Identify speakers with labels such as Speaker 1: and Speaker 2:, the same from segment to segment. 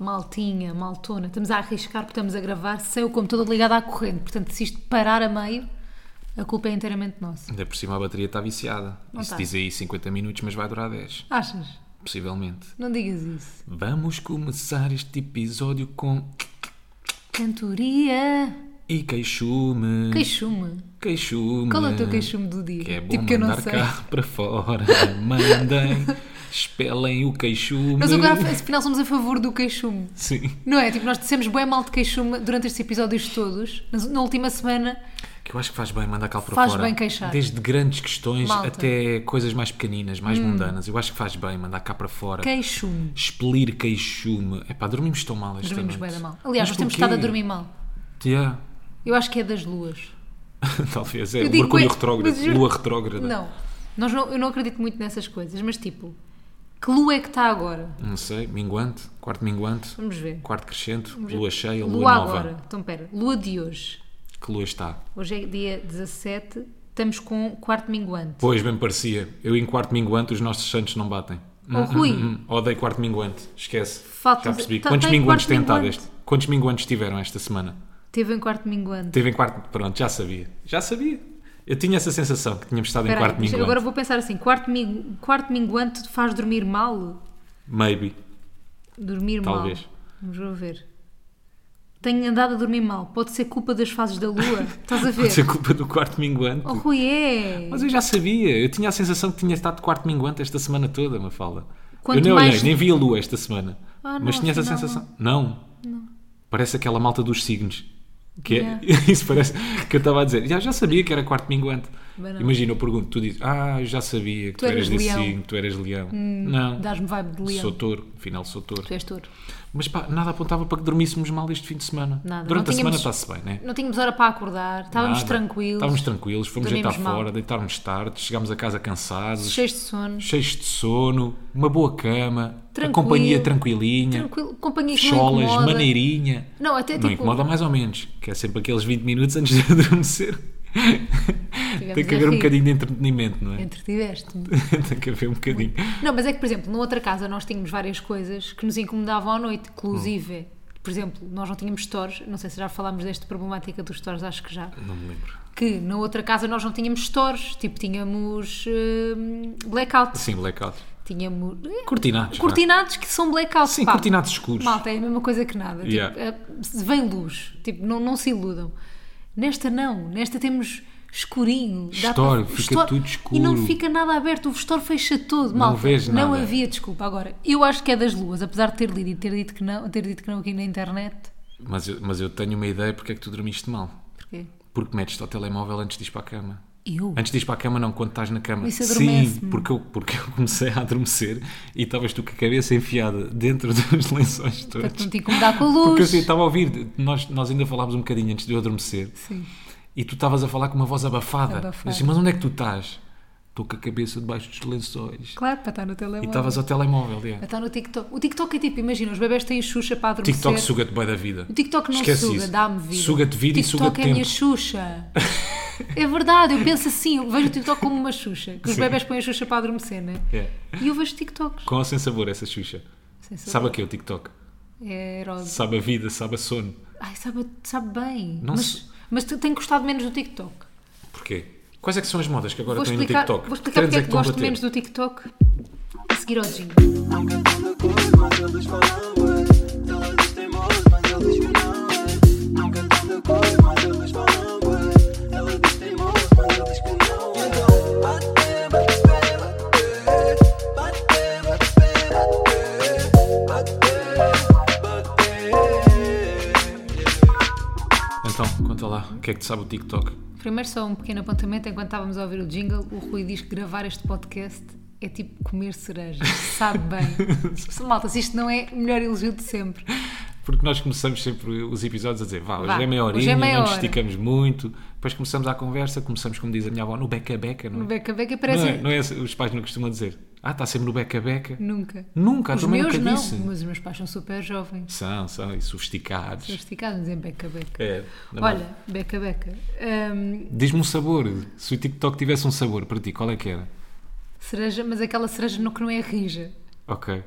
Speaker 1: Maltinha, maltona, estamos a arriscar porque estamos a gravar sem o computador ligado à corrente. Portanto, se isto parar a meio, a culpa é inteiramente nossa.
Speaker 2: Ainda por cima a bateria está viciada.
Speaker 1: Não
Speaker 2: Isso
Speaker 1: tá.
Speaker 2: diz aí 50 minutos, mas vai durar 10.
Speaker 1: Achas?
Speaker 2: Possivelmente.
Speaker 1: Não digas isso.
Speaker 2: Vamos começar este episódio com.
Speaker 1: Cantoria!
Speaker 2: E queixume.
Speaker 1: Queixume!
Speaker 2: Queixume.
Speaker 1: Qual é o teu queixume do dia?
Speaker 2: Que é bom
Speaker 1: tipo que eu não
Speaker 2: mandar
Speaker 1: sei.
Speaker 2: cá para fora. Mandem. Espelem o queixume.
Speaker 1: Nós agora, afinal, somos a favor do queixume.
Speaker 2: Sim.
Speaker 1: Não é? Tipo, nós dissemos bem mal de queixume durante estes episódios todos. Mas na última semana,
Speaker 2: Que eu acho que faz bem mandar cá para
Speaker 1: Faz
Speaker 2: fora.
Speaker 1: bem queixar.
Speaker 2: Desde grandes questões
Speaker 1: Malta. Hum.
Speaker 2: até coisas mais pequeninas, mais mundanas. Eu acho que faz bem mandar cá para fora.
Speaker 1: queixume.
Speaker 2: Expelir queixume. Epá, dormimos tão mal esta
Speaker 1: Dormimos
Speaker 2: noite.
Speaker 1: bem da mal. Aliás,
Speaker 2: Mas
Speaker 1: nós temos
Speaker 2: porquê?
Speaker 1: estado a dormir mal.
Speaker 2: Yeah.
Speaker 1: Eu acho que é das luas.
Speaker 2: Talvez, é.
Speaker 1: Eu
Speaker 2: o
Speaker 1: digo
Speaker 2: Mercúrio
Speaker 1: que-
Speaker 2: retrógrado.
Speaker 1: mas juro-
Speaker 2: Lua retrógrada.
Speaker 1: Não, nós não, eu não acredito muito nessas coisas, mas tipo, que lua é que está agora?
Speaker 2: Não sei. Minguante. Quarto minguante.
Speaker 1: Vamos ver.
Speaker 2: Quarto crescente. Lua cheia. é Lua,
Speaker 1: Lua,
Speaker 2: nova.
Speaker 1: agora. Então pera, lua de hoje.
Speaker 2: Que lua está?
Speaker 1: Hoje é dia 17, estamos com quarto minguante.
Speaker 2: Pois, bem parecia. Eu em quarto minguante os nossos santos não batem.
Speaker 1: Oh, Rui.
Speaker 2: Odeio quarto minguante. Esquece.
Speaker 1: Falta-
Speaker 2: Já percebi.
Speaker 1: tá-
Speaker 2: Quantos
Speaker 1: tem
Speaker 2: minguantes
Speaker 1: quarto
Speaker 2: tem estado
Speaker 1: minguante.
Speaker 2: este? Quantos minguantes tiveram esta semana?
Speaker 1: Teve em quarto minguante.
Speaker 2: Teve em quarto. Pronto, já sabia. Já sabia. Eu tinha essa sensação que tínhamos estado em
Speaker 1: Espera aí,
Speaker 2: quarto
Speaker 1: mas
Speaker 2: minguante.
Speaker 1: agora vou pensar assim, quarto, min- quarto minguante faz dormir mal?
Speaker 2: Maybe.
Speaker 1: Dormir
Speaker 2: Talvez.
Speaker 1: mal. Vamos lá ver. Tenho andado a dormir mal. Pode ser culpa das fases da lua? Estás a ver?
Speaker 2: Pode ser culpa do quarto minguante.
Speaker 1: Oh, Rui, é.
Speaker 2: Mas eu já sabia. Eu tinha a sensação que tinha estado de quarto minguante esta semana toda, Mafalda.
Speaker 1: Quanto
Speaker 2: eu nem
Speaker 1: mais-
Speaker 2: olhei, nem vi a lua esta semana.
Speaker 1: Ah, não,
Speaker 2: mas tinha essa
Speaker 1: afinal
Speaker 2: sensação. Não. Parece aquela malta dos signos. Que é-
Speaker 1: Yeah.
Speaker 2: isso parece que eu estava a dizer. Já, já sabia que era quarto minguante.
Speaker 1: Mas não.
Speaker 2: Imagina, eu pergunto, tu dizes, ah, eu já sabia que tu,
Speaker 1: eras
Speaker 2: eras desse
Speaker 1: leão.
Speaker 2: signo, tu eras leão. não.
Speaker 1: Dás-me vibe de leão.
Speaker 2: Sou touro, afinal sou touro.
Speaker 1: Tu és touro.
Speaker 2: Mas pá, nada apontava para que dormíssemos mal este fim de semana.
Speaker 1: Nada,
Speaker 2: Durante
Speaker 1: não
Speaker 2: a semana
Speaker 1: tínhamos-
Speaker 2: está-se bem, né?
Speaker 1: Não tínhamos hora para acordar, estávamos
Speaker 2: Nada.
Speaker 1: tranquilos,
Speaker 2: Estávamos tranquilos, fomos
Speaker 1: Dormimos
Speaker 2: deitar
Speaker 1: mal.
Speaker 2: fora, deitar-nos tarde, chegámos a casa cansados,
Speaker 1: cheios de sono,
Speaker 2: cheios de sono, uma boa cama,
Speaker 1: Tranquilo.
Speaker 2: a companhia tranquilinha,
Speaker 1: tranquilo, companhia que não
Speaker 2: cholas,
Speaker 1: incomoda.
Speaker 2: maneirinha.
Speaker 1: Não, até
Speaker 2: Não
Speaker 1: tipo,
Speaker 2: incomoda mais ou menos, que é sempre aqueles 20 minutos antes de adormecer. Tem que
Speaker 1: a
Speaker 2: haver um
Speaker 1: rir.
Speaker 2: bocadinho de entretenimento, não é?
Speaker 1: entretiveste-me.
Speaker 2: Tem que haver um bocadinho.
Speaker 1: Não, mas é que, por exemplo, na outra casa nós tínhamos várias coisas que nos incomodavam à noite, inclusive, por exemplo, nós não tínhamos stores, não sei se já falámos desta problemática dos stores, acho que já,
Speaker 2: Não me lembro.
Speaker 1: que na outra casa nós não tínhamos stores, tipo, tínhamos hum, blackout,
Speaker 2: Sim, blackout.
Speaker 1: tínhamos... eh,
Speaker 2: Cortinados. vá.
Speaker 1: Cortinados que são blackout,
Speaker 2: Sim,
Speaker 1: pá.
Speaker 2: cortinados escuros.
Speaker 1: Malta, é a mesma coisa que nada. Tipo,
Speaker 2: Yeah.
Speaker 1: eh, se vem luz, tipo, não, não se iludam. Nesta não, nesta temos escurinho.
Speaker 2: Store,
Speaker 1: o
Speaker 2: fica tudo escuro.
Speaker 1: E não fica nada aberto, o store fecha todo. Malta,
Speaker 2: vês
Speaker 1: Não
Speaker 2: nada.
Speaker 1: havia desculpa. Agora, eu acho que é das luas, apesar de ter lido e ter dito que não, ter dito que não aqui na internet.
Speaker 2: Mas, eu, mas eu tenho uma ideia porque é que tu dormiste mal.
Speaker 1: Porquê?
Speaker 2: Porque metes-te ao telemóvel antes de ir para a cama.
Speaker 1: Eu?
Speaker 2: Antes de ir para a cama, não, quando estás na cama.
Speaker 1: Isso
Speaker 2: Sim,
Speaker 1: adormece-me.
Speaker 2: porque eu, porque eu comecei a adormecer e estavas tu com a cabeça enfiada dentro dos lençóis
Speaker 1: Para te
Speaker 2: todos.
Speaker 1: não te incomodar com a luz.
Speaker 2: Porque assim, eu estava a ouvir, nós, nós ainda falámos um bocadinho antes de eu adormecer
Speaker 1: Sim.
Speaker 2: e tu estavas a falar com uma voz abafada.
Speaker 1: Abafada.
Speaker 2: Eu disse, mas onde é que tu estás? Estou com a cabeça debaixo dos lençóis.
Speaker 1: Claro, para estar no
Speaker 2: E
Speaker 1: telemóvel.
Speaker 2: estavas ao telemóvel, é.
Speaker 1: Para estar no TikTok. O TikTok é tipo, imagina, os bebés têm Xuxa para adormecer.
Speaker 2: TikTok suga-te bem da vida.
Speaker 1: O TikTok não
Speaker 2: Esquece
Speaker 1: suga,
Speaker 2: isso.
Speaker 1: dá-me vida.
Speaker 2: Suga-te vida e
Speaker 1: TikTok
Speaker 2: suga-te
Speaker 1: é a minha
Speaker 2: tempo.
Speaker 1: Xuxa. É verdade, eu penso assim, eu vejo o TikTok como uma Xuxa, que os bebés põem a Xuxa para adormecer, né?
Speaker 2: É.
Speaker 1: E eu vejo TikToks.
Speaker 2: Com ou sem sabor, essa Xuxa?
Speaker 1: Sem saber.
Speaker 2: Sabe a quê o TikTok?
Speaker 1: É erótico.
Speaker 2: Sabe a vida, sabe a sono.
Speaker 1: Ai, sabe, sabe bem.
Speaker 2: Não
Speaker 1: mas,
Speaker 2: se-
Speaker 1: mas te- tenho gostado menos do TikTok.
Speaker 2: Porquê? Quais é que são as modas que agora
Speaker 1: Vou
Speaker 2: têm
Speaker 1: explicar,
Speaker 2: no TikTok?
Speaker 1: vou
Speaker 2: Que
Speaker 1: explicar
Speaker 2: trends
Speaker 1: porque é que
Speaker 2: estão a
Speaker 1: gosto
Speaker 2: bater?
Speaker 1: menos do TikTok a seguir ao jingle.
Speaker 3: Não quer tanta coisa, mas eles falam bué. Ela diz teimoso, mas ele diz que não é. Não quer tanta coisa, mas eles falam bué. Ela diz teimoso, mas ele diz que não é. Então, bate, bate, bate, bate. Bate, bate, bate, bate.
Speaker 2: Então, conta lá, o que é que te sabe o TikTok?
Speaker 1: Primeiro só um pequeno apontamento, enquanto estávamos a ouvir o jingle, o Rui diz que gravar este podcast é tipo comer cereja, sabe bem. Se- Malta, se isto não é o melhor elogio de sempre.
Speaker 2: Porque nós começamos sempre os episódios a dizer, vá, hoje
Speaker 1: Vá,
Speaker 2: é meia
Speaker 1: hoje é
Speaker 2: horinha,
Speaker 1: meia
Speaker 2: não nos
Speaker 1: hora.
Speaker 2: esticamos muito. Depois começamos a conversa, começamos, como diz a minha avó, no beca-beca, não é?
Speaker 1: No beca beca
Speaker 2: não
Speaker 1: parece.
Speaker 2: é, não é esse- Os pais não costumam dizer, ah, está sempre no beca-beca.
Speaker 1: Nunca.
Speaker 2: Nunca, a
Speaker 1: Os
Speaker 2: tua mãe
Speaker 1: meus
Speaker 2: Ah, nunca
Speaker 1: não,
Speaker 2: disse.
Speaker 1: mas os meus pais são super jovens.
Speaker 2: São, são, e sofisticados.
Speaker 1: São esticados em beca beca.
Speaker 2: É, não é?
Speaker 1: Olha, beca beca. hum,
Speaker 2: Diz-me um sabor, se o TikTok tivesse um sabor para ti, qual é que era?
Speaker 1: cereja, mas aquela cereja no que não é rija.
Speaker 2: Ok.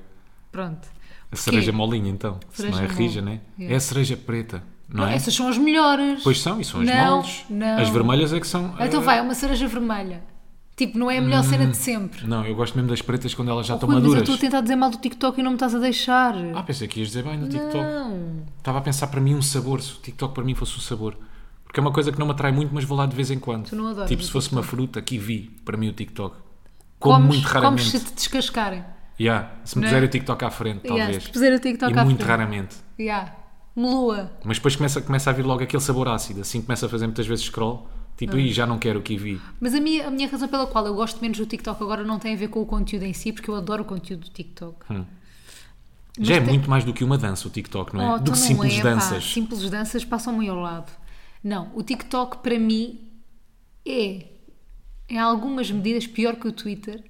Speaker 1: Pronto.
Speaker 2: A cereja molinha, então.
Speaker 1: é? Cereja
Speaker 2: se não é
Speaker 1: mole.
Speaker 2: rija, né?
Speaker 1: Yeah.
Speaker 2: É a cereja preta, não,
Speaker 1: Não,
Speaker 2: é?
Speaker 1: Essas são as melhores.
Speaker 2: Pois são, e são as
Speaker 1: Não,
Speaker 2: moles.
Speaker 1: não.
Speaker 2: As vermelhas é que são.
Speaker 1: Então
Speaker 2: eh,
Speaker 1: vai, uma cereja vermelha. Tipo, não é a melhor cena de sempre.
Speaker 2: Não, eu gosto mesmo das pretas quando elas já Hum. estão
Speaker 1: Oh, Rui, mas eu estou
Speaker 2: maduras.
Speaker 1: a tentar dizer mal do TikTok e não me estás a deixar.
Speaker 2: Ah, então, pensei que ias dizer bem no TikTok.
Speaker 1: não.
Speaker 2: Estava a pensar para mim um sabor, se o TikTok para mim fosse um sabor. Porque é uma coisa que não me atrai muito, mas vou lá de vez em quando.
Speaker 1: Tu não adoras
Speaker 2: tipo,
Speaker 1: o
Speaker 2: se fosse uma fruta, kiwi, para mim o TikTok. Como muito
Speaker 1: Comes
Speaker 2: raramente.
Speaker 1: se te descascarem.
Speaker 2: Yeah, se me
Speaker 1: Não é?
Speaker 2: puser o TikTok à frente,
Speaker 1: Yeah,
Speaker 2: talvez.
Speaker 1: se puser o TikTok
Speaker 2: e
Speaker 1: à
Speaker 2: muito
Speaker 1: frente.
Speaker 2: raramente.
Speaker 1: Yeah. Melua.
Speaker 2: Mas depois começa, começa a vir logo aquele sabor ácido, assim começa a fazer muitas vezes scroll,
Speaker 1: Ah.
Speaker 2: tipo, e já não quero o kiwi.
Speaker 1: Mas a minha, a minha razão pela qual eu gosto menos do TikTok agora não tem a ver com o conteúdo em si, porque eu adoro o conteúdo do TikTok.
Speaker 2: Hum, já é
Speaker 1: tem-
Speaker 2: muito mais do que uma dança o TikTok, não
Speaker 1: Oh,
Speaker 2: é? do
Speaker 1: então
Speaker 2: que
Speaker 1: não
Speaker 2: simples
Speaker 1: é, pá.
Speaker 2: danças.
Speaker 1: Simples danças passam-me ao lado. Não, o TikTok para mim é, em algumas medidas, pior que o Twitter,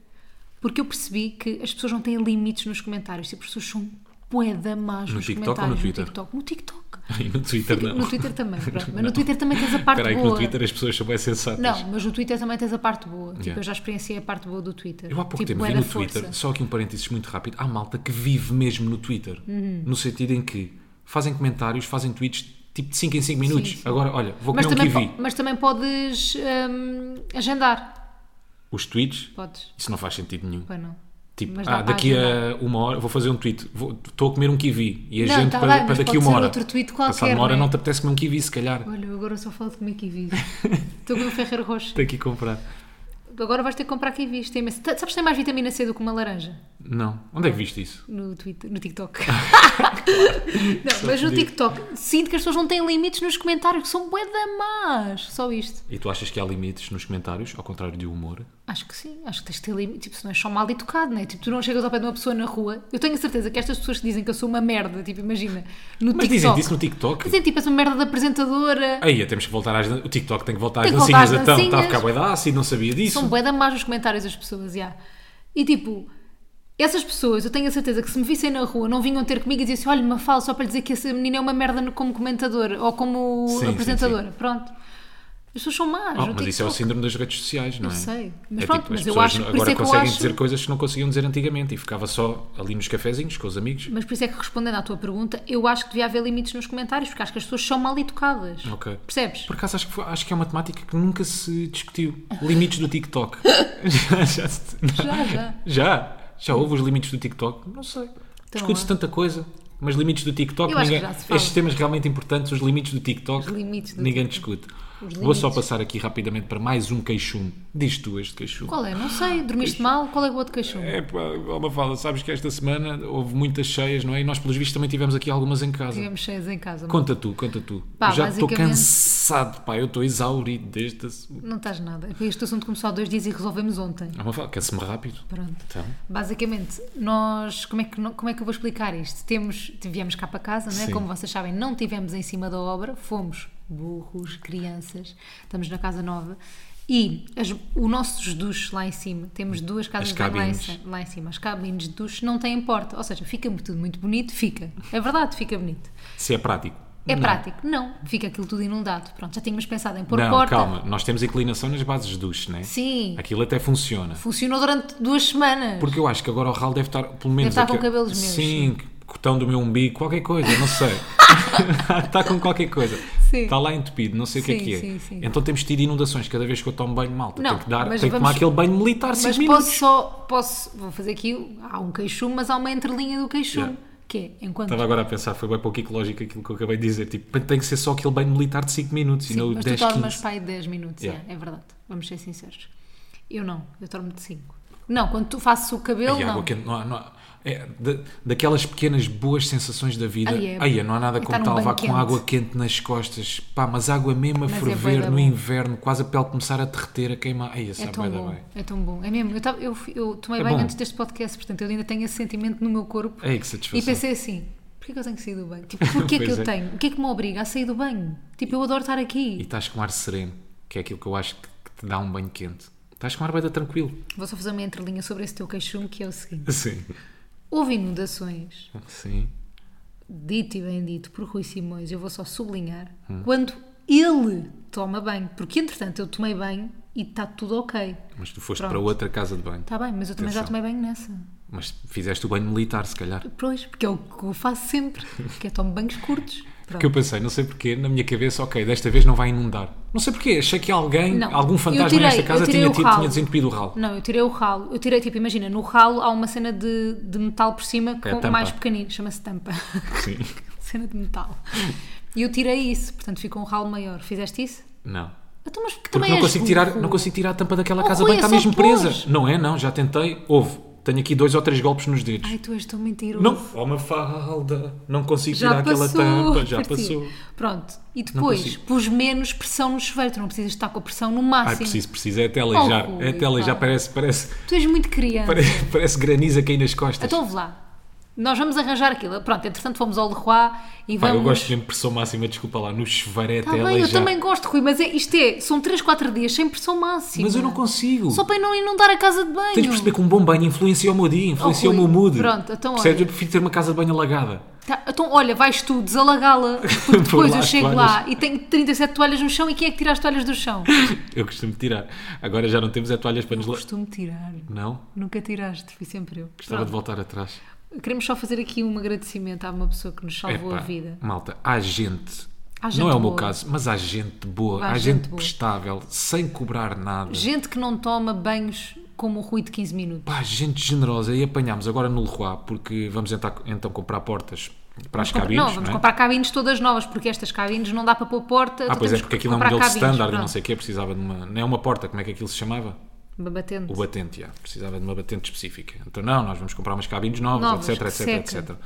Speaker 1: porque eu percebi que as pessoas não têm limites nos comentários. Tipo, as pessoas são poeda más
Speaker 2: No
Speaker 1: nos
Speaker 2: TikTok ou no
Speaker 1: comentários.
Speaker 2: Twitter?
Speaker 1: TikTok. No TikTok.
Speaker 2: E no Twitter não.
Speaker 1: No Twitter também, pronto. Mas
Speaker 2: Não.
Speaker 1: no Twitter também tens a parte
Speaker 2: Espera aí que
Speaker 1: boa.
Speaker 2: no Twitter as pessoas são bem sensatas.
Speaker 1: Não, mas no Twitter também tens a parte boa. Tipo,
Speaker 2: Yeah.
Speaker 1: eu já experienciei a parte boa do Twitter.
Speaker 2: Eu há pouco
Speaker 1: tipo,
Speaker 2: tempo
Speaker 1: é
Speaker 2: vi
Speaker 1: da
Speaker 2: no Twitter,
Speaker 1: força.
Speaker 2: só aqui um parênteses muito rápido, há malta que vive mesmo no Twitter.
Speaker 1: Uhum.
Speaker 2: No sentido em que fazem comentários, fazem tweets tipo de 5 em 5 minutos.
Speaker 1: sim.
Speaker 2: Agora, olha, vou
Speaker 1: Mas
Speaker 2: comer um
Speaker 1: também,
Speaker 2: kiwi.
Speaker 1: po- mas também podes hum, agendar.
Speaker 2: Os tweets,
Speaker 1: Podes.
Speaker 2: isso não faz sentido nenhum.
Speaker 1: Pá, não.
Speaker 2: Tipo,
Speaker 1: Mas dá
Speaker 2: ah,
Speaker 1: para
Speaker 2: daqui a uma hora vou fazer um tweet. Vou- Estou a comer um kiwi e a
Speaker 1: Não,
Speaker 2: gente
Speaker 1: tá
Speaker 2: para,
Speaker 1: bem,
Speaker 2: para
Speaker 1: mas
Speaker 2: daqui
Speaker 1: pode
Speaker 2: uma
Speaker 1: ser
Speaker 2: hora.
Speaker 1: outro tweet
Speaker 2: Passado
Speaker 1: qualquer,
Speaker 2: uma hora
Speaker 1: não é?
Speaker 2: não te apetece comer um kiwi, se calhar.
Speaker 1: Olha, eu agora só falo de comer kiwis. Estou com o Ferreiro Roxo.
Speaker 2: Tenho que ir comprar.
Speaker 1: Agora vais ter que comprar kiwis. Tem imenso- Sabes que tem mais vitamina C do que uma laranja?
Speaker 2: Não. Onde é que viste isso?
Speaker 1: No, Twitter, no TikTok. não, mas no
Speaker 2: podia.
Speaker 1: TikTok. Sinto que as pessoas não têm limites nos comentários, que são bué da más. Só isto.
Speaker 2: E tu achas que há limites nos comentários, ao contrário do humor?
Speaker 1: Acho que sim, acho que tens de ter limite. Tipo, se não és só mal educado, não é? Tipo, tu não chegas ao pé de uma pessoa na rua. Eu tenho a certeza que estas pessoas que dizem que eu sou uma merda, tipo, imagina, no
Speaker 2: Mas dizem
Speaker 1: TikTok.
Speaker 2: disso no TikTok.
Speaker 1: Dizem, tipo, és uma merda de apresentadora.
Speaker 2: Aí temos que voltar às. dan- O TikTok tem que voltar às
Speaker 1: Tem que voltar
Speaker 2: dancinhas.
Speaker 1: às
Speaker 2: Então, está a
Speaker 1: dancinhas.
Speaker 2: ficar bué de ácido, não sabia disso.
Speaker 1: São bué da más nos comentários das pessoas, já. E tipo, essas pessoas, eu tenho a certeza que se me vissem na rua, não vinham ter comigo e diziam assim, olha, me fala só para dizer que essa menina é uma merda no- como comentadora ou como
Speaker 2: Sim, sim,
Speaker 1: apresentadora. Pronto. As pessoas são más.
Speaker 2: Oh,
Speaker 1: no
Speaker 2: mas isso é o
Speaker 1: TikTok.
Speaker 2: síndrome das redes sociais, não é?
Speaker 1: Eu sei. Mas
Speaker 2: É
Speaker 1: pronto,
Speaker 2: tipo, as
Speaker 1: mas eu
Speaker 2: pessoas
Speaker 1: acho-
Speaker 2: não-
Speaker 1: por isso
Speaker 2: agora
Speaker 1: é que eu
Speaker 2: conseguem
Speaker 1: acho-
Speaker 2: dizer coisas que não conseguiam dizer antigamente e ficava só ali nos cafezinhos com os amigos.
Speaker 1: Mas por isso é que respondendo à tua pergunta, eu acho que devia haver limites nos comentários, porque acho que as pessoas são mal educadas.
Speaker 2: Ok.
Speaker 1: Percebes?
Speaker 2: Por acaso acho que, foi- acho que é uma temática que nunca se discutiu. Limites do TikTok. já, já, se-
Speaker 1: Já, já. Então
Speaker 2: já. Já houve os limites do TikTok? Não sei. Discute-se
Speaker 1: há.
Speaker 2: tanta coisa. Mas limites do TikTok,
Speaker 1: Eu acho que
Speaker 2: ninguém-
Speaker 1: já se fala.
Speaker 2: estes temas realmente importantes, os limites do TikTok,
Speaker 1: Os limites do
Speaker 2: ninguém discute. Vou
Speaker 1: limites.
Speaker 2: só passar aqui rapidamente para mais um queixume. Diz tu este queixume.
Speaker 1: Qual é? Não sei. Dormiste mal? Qual é o outro cachorro?
Speaker 2: É pá, ó, Mafalda, sabes que esta semana houve muitas cheias, não é? E nós, pelos vistos, também tivemos aqui algumas em casa.
Speaker 1: Tivemos cheias em casa. mas
Speaker 2: Conta tu, conta tu.
Speaker 1: Pá,
Speaker 2: Eu já estou
Speaker 1: basicamente-
Speaker 2: cansado, pá, eu estou exaurido deste assunto.
Speaker 1: Não estás nada. Este assunto começou há dois dias e resolvemos ontem.
Speaker 2: Ó, Mafalda, cansa-me rápido.
Speaker 1: Pronto.
Speaker 2: Então,
Speaker 1: Basicamente, nós, como é, que, como é que eu vou explicar isto? Temos, viemos cá para casa, não é?
Speaker 2: Sim.
Speaker 1: Como vocês sabem, não tivemos em cima da obra, fomos burros, crianças, estamos na casa nova e as- o nossos duches lá em cima, temos duas casas
Speaker 2: As
Speaker 1: de banho lá em,
Speaker 2: cabines.
Speaker 1: ci- lá em cima, as cabines de duche não têm porta, ou seja, fica tudo muito bonito, fica, é verdade, fica bonito.
Speaker 2: se é prático.
Speaker 1: É
Speaker 2: Não.
Speaker 1: prático? Não, fica aquilo tudo inundado, pronto, já tínhamos pensado em pôr
Speaker 2: Não,
Speaker 1: porta.
Speaker 2: calma, nós temos inclinação nas bases de duche, não é?
Speaker 1: Sim,
Speaker 2: Aquilo até funciona.
Speaker 1: funcionou durante duas semanas.
Speaker 2: Porque eu acho que agora o Ral deve estar, pelo menos.
Speaker 1: estar com
Speaker 2: aque-
Speaker 1: cabelos meus,
Speaker 2: Sim, cotão do meu umbigo, qualquer coisa, não sei. está com qualquer coisa.
Speaker 1: Sim.
Speaker 2: Está lá entupido, não sei o que é
Speaker 1: Sim,
Speaker 2: que é.
Speaker 1: sim, sim.
Speaker 2: Então temos tido inundações cada vez que eu tomo banho malta.
Speaker 1: Não,
Speaker 2: tem que, dar,
Speaker 1: mas
Speaker 2: tem que
Speaker 1: vamos-
Speaker 2: tomar aquele banho militar 5
Speaker 1: Mas
Speaker 2: minutos.
Speaker 1: posso só, posso, vou fazer aqui, há um queixume, mas há uma entrelinha do queixume,
Speaker 2: Yeah.
Speaker 1: que é, enquanto...
Speaker 2: Estava agora a pensar, foi bem pouco ecológico aquilo que eu acabei de dizer. Tipo, tem que ser só aquele banho militar de 5 minutos e
Speaker 1: Sim,
Speaker 2: não
Speaker 1: mas tu
Speaker 2: 10,
Speaker 1: dormes
Speaker 2: 15.
Speaker 1: para aí 10 minutos,
Speaker 2: Yeah.
Speaker 1: yeah, é verdade, vamos ser sinceros. Eu não, eu dormo de 5. Não, quando tu fazes o cabelo,
Speaker 2: Ai, água
Speaker 1: não.
Speaker 2: quente, não há- não há- é, da- daquelas pequenas boas sensações da vida.
Speaker 1: Ai, é-
Speaker 2: Ai, não há nada
Speaker 1: é
Speaker 2: como
Speaker 1: estar num
Speaker 2: estar a levar
Speaker 1: banho
Speaker 2: com
Speaker 1: quente.
Speaker 2: água quente nas costas. Pá, mas água mesmo a
Speaker 1: é bué
Speaker 2: ferver
Speaker 1: da
Speaker 2: no
Speaker 1: bom.
Speaker 2: inverno, quase a pele começar a derreter, a queimar. Ai, essa
Speaker 1: É tão bom,
Speaker 2: bem.
Speaker 1: é tão bom. É mesmo, eu, tava- eu fui- eu tomei
Speaker 2: É
Speaker 1: banho
Speaker 2: bom. É
Speaker 1: antes deste podcast, portanto eu ainda tenho esse sentimento no meu corpo.
Speaker 2: Ei, que
Speaker 1: e
Speaker 2: satisfação.
Speaker 1: pensei assim, porquê que eu tenho que sair do banho? Tipo, porquê que
Speaker 2: Pois
Speaker 1: eu
Speaker 2: é.
Speaker 1: tenho? O que é que me obriga a sair do banho? Tipo, eu adoro estar
Speaker 2: E
Speaker 1: aqui.
Speaker 2: estás com ar sereno, que é aquilo que eu acho que que te dá um banho quente. Estás com ar bem tranquilo.
Speaker 1: Vou só fazer uma entrelinha sobre esse teu queixume, que é o seguinte.
Speaker 2: Sim.
Speaker 1: Houve inundações
Speaker 2: Sim.
Speaker 1: dito e bem dito por Rui Simões, eu vou só sublinhar,
Speaker 2: Hum.
Speaker 1: quando ele toma banho, porque entretanto eu tomei banho e está tudo ok.
Speaker 2: Mas tu foste
Speaker 1: Pronto.
Speaker 2: para outra casa de banho.
Speaker 1: Está bem, mas eu também já
Speaker 2: Atenção.
Speaker 1: tomei banho nessa.
Speaker 2: Mas fizeste o banho militar, se calhar.
Speaker 1: Pois, porque é o que eu faço sempre, que é tomo banhos curtos. Pronto.
Speaker 2: Porque eu pensei, não sei porquê, na minha cabeça, ok, desta vez não vai inundar. Não sei porquê, achei que alguém,
Speaker 1: Não.
Speaker 2: algum
Speaker 1: Eu
Speaker 2: fantasma
Speaker 1: tirei-
Speaker 2: nesta casa
Speaker 1: eu tirei
Speaker 2: tinha,
Speaker 1: o
Speaker 2: tido-
Speaker 1: ralo.
Speaker 2: tinha desentupido o ralo.
Speaker 1: Não, eu tirei o ralo. Eu tirei, tipo, imagina, no ralo há uma cena de, de metal por cima
Speaker 2: É a
Speaker 1: com-
Speaker 2: tampa.
Speaker 1: mais pequenino, chama-se tampa.
Speaker 2: Sim.
Speaker 1: cena de metal. E eu tirei isso, portanto ficou um ralo maior. Fizeste isso?
Speaker 2: Não.
Speaker 1: Então, mas que
Speaker 2: Porque
Speaker 1: também
Speaker 2: não
Speaker 1: és
Speaker 2: consigo, tirar,
Speaker 1: burro.
Speaker 2: não consigo tirar a tampa daquela
Speaker 1: Oh,
Speaker 2: casa
Speaker 1: Rui,
Speaker 2: bem,
Speaker 1: é
Speaker 2: está
Speaker 1: só
Speaker 2: mesmo
Speaker 1: pôs.
Speaker 2: presa. Não é, não, já tentei. Houve. Tenho aqui dois ou três golpes nos dedos.
Speaker 1: Ai, tu és tão mentiroso.
Speaker 2: Não, ó uma falda, não consigo
Speaker 1: Já
Speaker 2: tirar
Speaker 1: passou.
Speaker 2: aquela tampa, já
Speaker 1: Parecia.
Speaker 2: passou.
Speaker 1: Pronto. E depois
Speaker 2: consigo.
Speaker 1: pus menos pressão no chuveiro. Tu não precisas estar com a pressão no máximo.
Speaker 2: Ai, preciso, preciso, é até aleijar,
Speaker 1: Oh,
Speaker 2: é
Speaker 1: Rui,
Speaker 2: até aleijar,
Speaker 1: pá.
Speaker 2: parece, parece,
Speaker 1: Tu és muito criança.
Speaker 2: parece, parece granizo a cair nas costas.
Speaker 1: Então vou lá. Nós vamos arranjar aquilo. Pronto, entretanto fomos ao Leroy e
Speaker 2: Pá,
Speaker 1: vamos...
Speaker 2: eu gosto de pressão máxima, desculpa lá, no chuveiro é
Speaker 1: Tá
Speaker 2: até
Speaker 1: bem,
Speaker 2: aleijar.
Speaker 1: eu também gosto, Rui, mas é, isto é, são 3, 4 dias sem pressão máxima.
Speaker 2: Mas eu não consigo.
Speaker 1: Só para não inundar a casa de banho.
Speaker 2: Tens de perceber que um bom banho influencia o meu dia, influencia
Speaker 1: Oh,
Speaker 2: o
Speaker 1: Rui,
Speaker 2: meu mood.
Speaker 1: pronto, então
Speaker 2: Percebes?
Speaker 1: olha.
Speaker 2: Eu prefiro ter uma casa de banho alagada.
Speaker 1: Tá, então, olha, vais tu desalagá-la, porque
Speaker 2: Por
Speaker 1: depois
Speaker 2: lá
Speaker 1: eu
Speaker 2: as
Speaker 1: chego
Speaker 2: toalhas.
Speaker 1: lá e tenho 37 toalhas no chão e quem é que tira as toalhas do chão?
Speaker 2: Eu costumo tirar. Agora já não temos é toalhas para nos... la-
Speaker 1: Costumo tirar.
Speaker 2: Não?
Speaker 1: Nunca tiraste, fui sempre eu.
Speaker 2: Gostava
Speaker 1: Pronto.
Speaker 2: de voltar atrás.
Speaker 1: Queremos só fazer aqui um agradecimento a uma pessoa que nos salvou
Speaker 2: Epá,
Speaker 1: a Oh, vida.
Speaker 2: Malta, há gente.
Speaker 1: Há gente
Speaker 2: não é o meu
Speaker 1: boa.
Speaker 2: caso, mas há gente boa,
Speaker 1: Há
Speaker 2: há,
Speaker 1: gente
Speaker 2: gente,
Speaker 1: boa.
Speaker 2: prestável, sem cobrar nada.
Speaker 1: Gente que não toma banhos como o Rui de 15 minutos.
Speaker 2: Pá, gente generosa. E apanhámos agora no Leroy, porque vamos entrar- então comprar portas para as
Speaker 1: Vamos comprar-
Speaker 2: cabines.
Speaker 1: não, vamos
Speaker 2: é?
Speaker 1: comprar cabines todas novas, porque estas cabines não dá para pôr porta.
Speaker 2: Ah,
Speaker 1: tu
Speaker 2: pois é,
Speaker 1: temos que
Speaker 2: porque aquilo é um
Speaker 1: comprar
Speaker 2: modelo
Speaker 1: cabines,
Speaker 2: standard e não
Speaker 1: pronto.
Speaker 2: sei o quê. Precisava de uma. Não é uma porta, como é que aquilo se chamava?
Speaker 1: Babatente.
Speaker 2: O batente, já. Precisava de uma batente específica. Então, não, nós vamos comprar umas cabines novas,
Speaker 1: Novas,
Speaker 2: etc,
Speaker 1: que
Speaker 2: etc,
Speaker 1: seca.
Speaker 2: etc.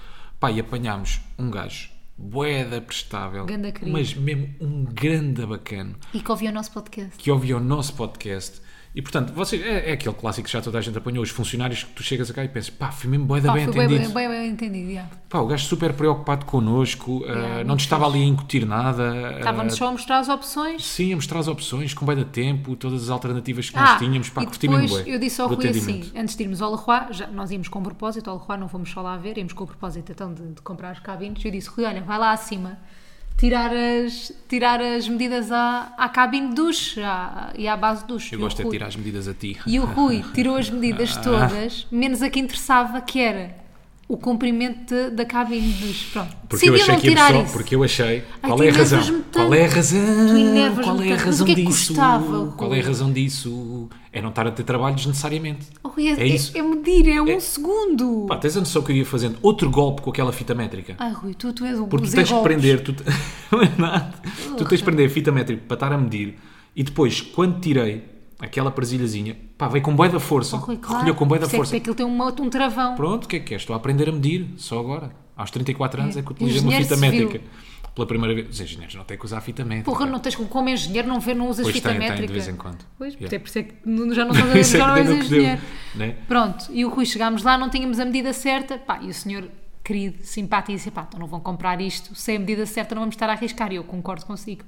Speaker 2: Pá, e apanhámos um gajo, boeda prestável,
Speaker 1: Ganda querido.
Speaker 2: mas mesmo um grande bacano,
Speaker 1: E que ouviu o nosso podcast.
Speaker 2: que ouvia o nosso podcast. E, portanto, vocês, é, é aquele clássico que já toda a gente apanhou, os funcionários que tu chegas cá e pensas, pá, fui mesmo boeda
Speaker 1: Pá,
Speaker 2: bem
Speaker 1: foi
Speaker 2: atendido.
Speaker 1: bem, bem, bem entendido. já.
Speaker 2: Pá, o gajo super preocupado connosco, ah, não te estava ali a incutir nada. ah,
Speaker 1: Estava-nos só a mostrar as opções.
Speaker 2: Sim, a mostrar as opções, com bem da tempo, todas as alternativas que
Speaker 1: Ah,
Speaker 2: nós tínhamos. Pá,
Speaker 1: e
Speaker 2: curti mesmo
Speaker 1: depois
Speaker 2: bué
Speaker 1: eu disse ao
Speaker 2: do
Speaker 1: Rui assim,
Speaker 2: atendimento.
Speaker 1: antes de irmos ao Leroy, já, nós íamos com propósito, ao Leroy não fomos só lá ver, íamos com o propósito então de, de comprar os cabines, eu disse, Rui, olha, vai lá acima tirar as, tirar as medidas à, à cabine de duche à- e à base de duche.
Speaker 2: Eu
Speaker 1: E o
Speaker 2: gosto é de
Speaker 1: Rui-
Speaker 2: tirar Ah. as medidas a ti.
Speaker 1: E o Rui tirou as medidas todas, menos a que interessava, que era o comprimento de- da cabine de duche. Pronto,
Speaker 2: Porque eu
Speaker 1: decidiu
Speaker 2: achei
Speaker 1: não
Speaker 2: que ia
Speaker 1: tirar
Speaker 2: pessoal,
Speaker 1: isso.
Speaker 2: porque eu achei.
Speaker 1: tu
Speaker 2: Qual é a razão?
Speaker 1: enervas-me tanto.
Speaker 2: Qual é a razão?
Speaker 1: Tu enervas-me
Speaker 2: Qual é a
Speaker 1: tanto. Mas
Speaker 2: razão
Speaker 1: o que é que
Speaker 2: disso?
Speaker 1: custava, Rui?
Speaker 2: Qual é a razão disso? É não estar a ter trabalhos necessariamente.
Speaker 1: Oh, Rui, é,
Speaker 2: É isso.
Speaker 1: é- é medir, é um segundo.
Speaker 2: Pá, tens a noção que eu ia fazendo outro golpe com aquela fita métrica?
Speaker 1: Ai, Rui, tu, tu és um o
Speaker 2: Porque
Speaker 1: o
Speaker 2: tu
Speaker 1: Zé
Speaker 2: tens que
Speaker 1: Ah, Golpes.
Speaker 2: prender, tu, te- não é nada. tu tens que prender a fita métrica para estar a medir e depois, quando tirei aquela presilhazinha, pá, veio com boia da força,
Speaker 1: Oh, Rui, claro.
Speaker 2: recolheu com boia da
Speaker 1: Por isso é que
Speaker 2: força.
Speaker 1: Aquilo tem uma- um travão.
Speaker 2: Pronto, o que é que é? Estou a aprender a medir, só agora. Aos 34 anos é, que utilizei uma
Speaker 1: Engenheiro
Speaker 2: fita
Speaker 1: civil.
Speaker 2: métrica. Pela primeira vez. Os engenheiros não têm que usar fita métrica.
Speaker 1: Porra, não tens como, como engenheiro, não, vê, não usas
Speaker 2: Pois
Speaker 1: fita
Speaker 2: tem, tem,
Speaker 1: métrica.
Speaker 2: de vez em quando.
Speaker 1: Pois,
Speaker 2: Yeah.
Speaker 1: é por isso é que nu- já não, estás
Speaker 2: Isso
Speaker 1: a,
Speaker 2: é
Speaker 1: já não
Speaker 2: que
Speaker 1: és
Speaker 2: deu no que deu,
Speaker 1: engenheiro.
Speaker 2: né?
Speaker 1: Pronto, e o Rui chegámos lá, não tínhamos a medida certa, pá, e o senhor querido, simpático, disse, pá, então não vão comprar isto, sem a medida certa não vamos estar a arriscar, e eu concordo consigo.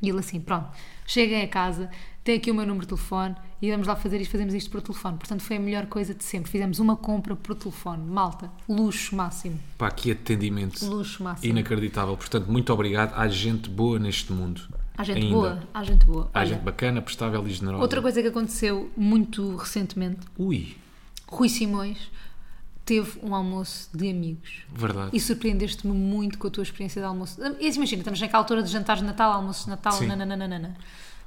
Speaker 1: E ele assim, pronto, cheguem a casa, tem aqui o meu número de telefone, e vamos lá fazer isto, fazemos isto por telefone. Portanto, foi a melhor coisa de sempre, fizemos uma compra por telefone, malta, luxo máximo,
Speaker 2: Pá, que atendimento
Speaker 1: luxo máximo.
Speaker 2: inacreditável. Portanto, muito obrigado. Há gente boa neste mundo.
Speaker 1: Há gente
Speaker 2: Ainda.
Speaker 1: boa, há gente boa.
Speaker 2: Há
Speaker 1: Olha,
Speaker 2: gente bacana, prestável e generosa.
Speaker 1: Outra coisa que aconteceu muito recentemente,
Speaker 2: Ui,
Speaker 1: Rui Simões teve um almoço de amigos.
Speaker 2: verdade.
Speaker 1: E surpreendeste-me muito com a tua experiência de almoço. Ah, e assim, Imagina, estamos naquela altura de jantares de Natal, almoços de Natal,
Speaker 2: Sim.
Speaker 1: nananana.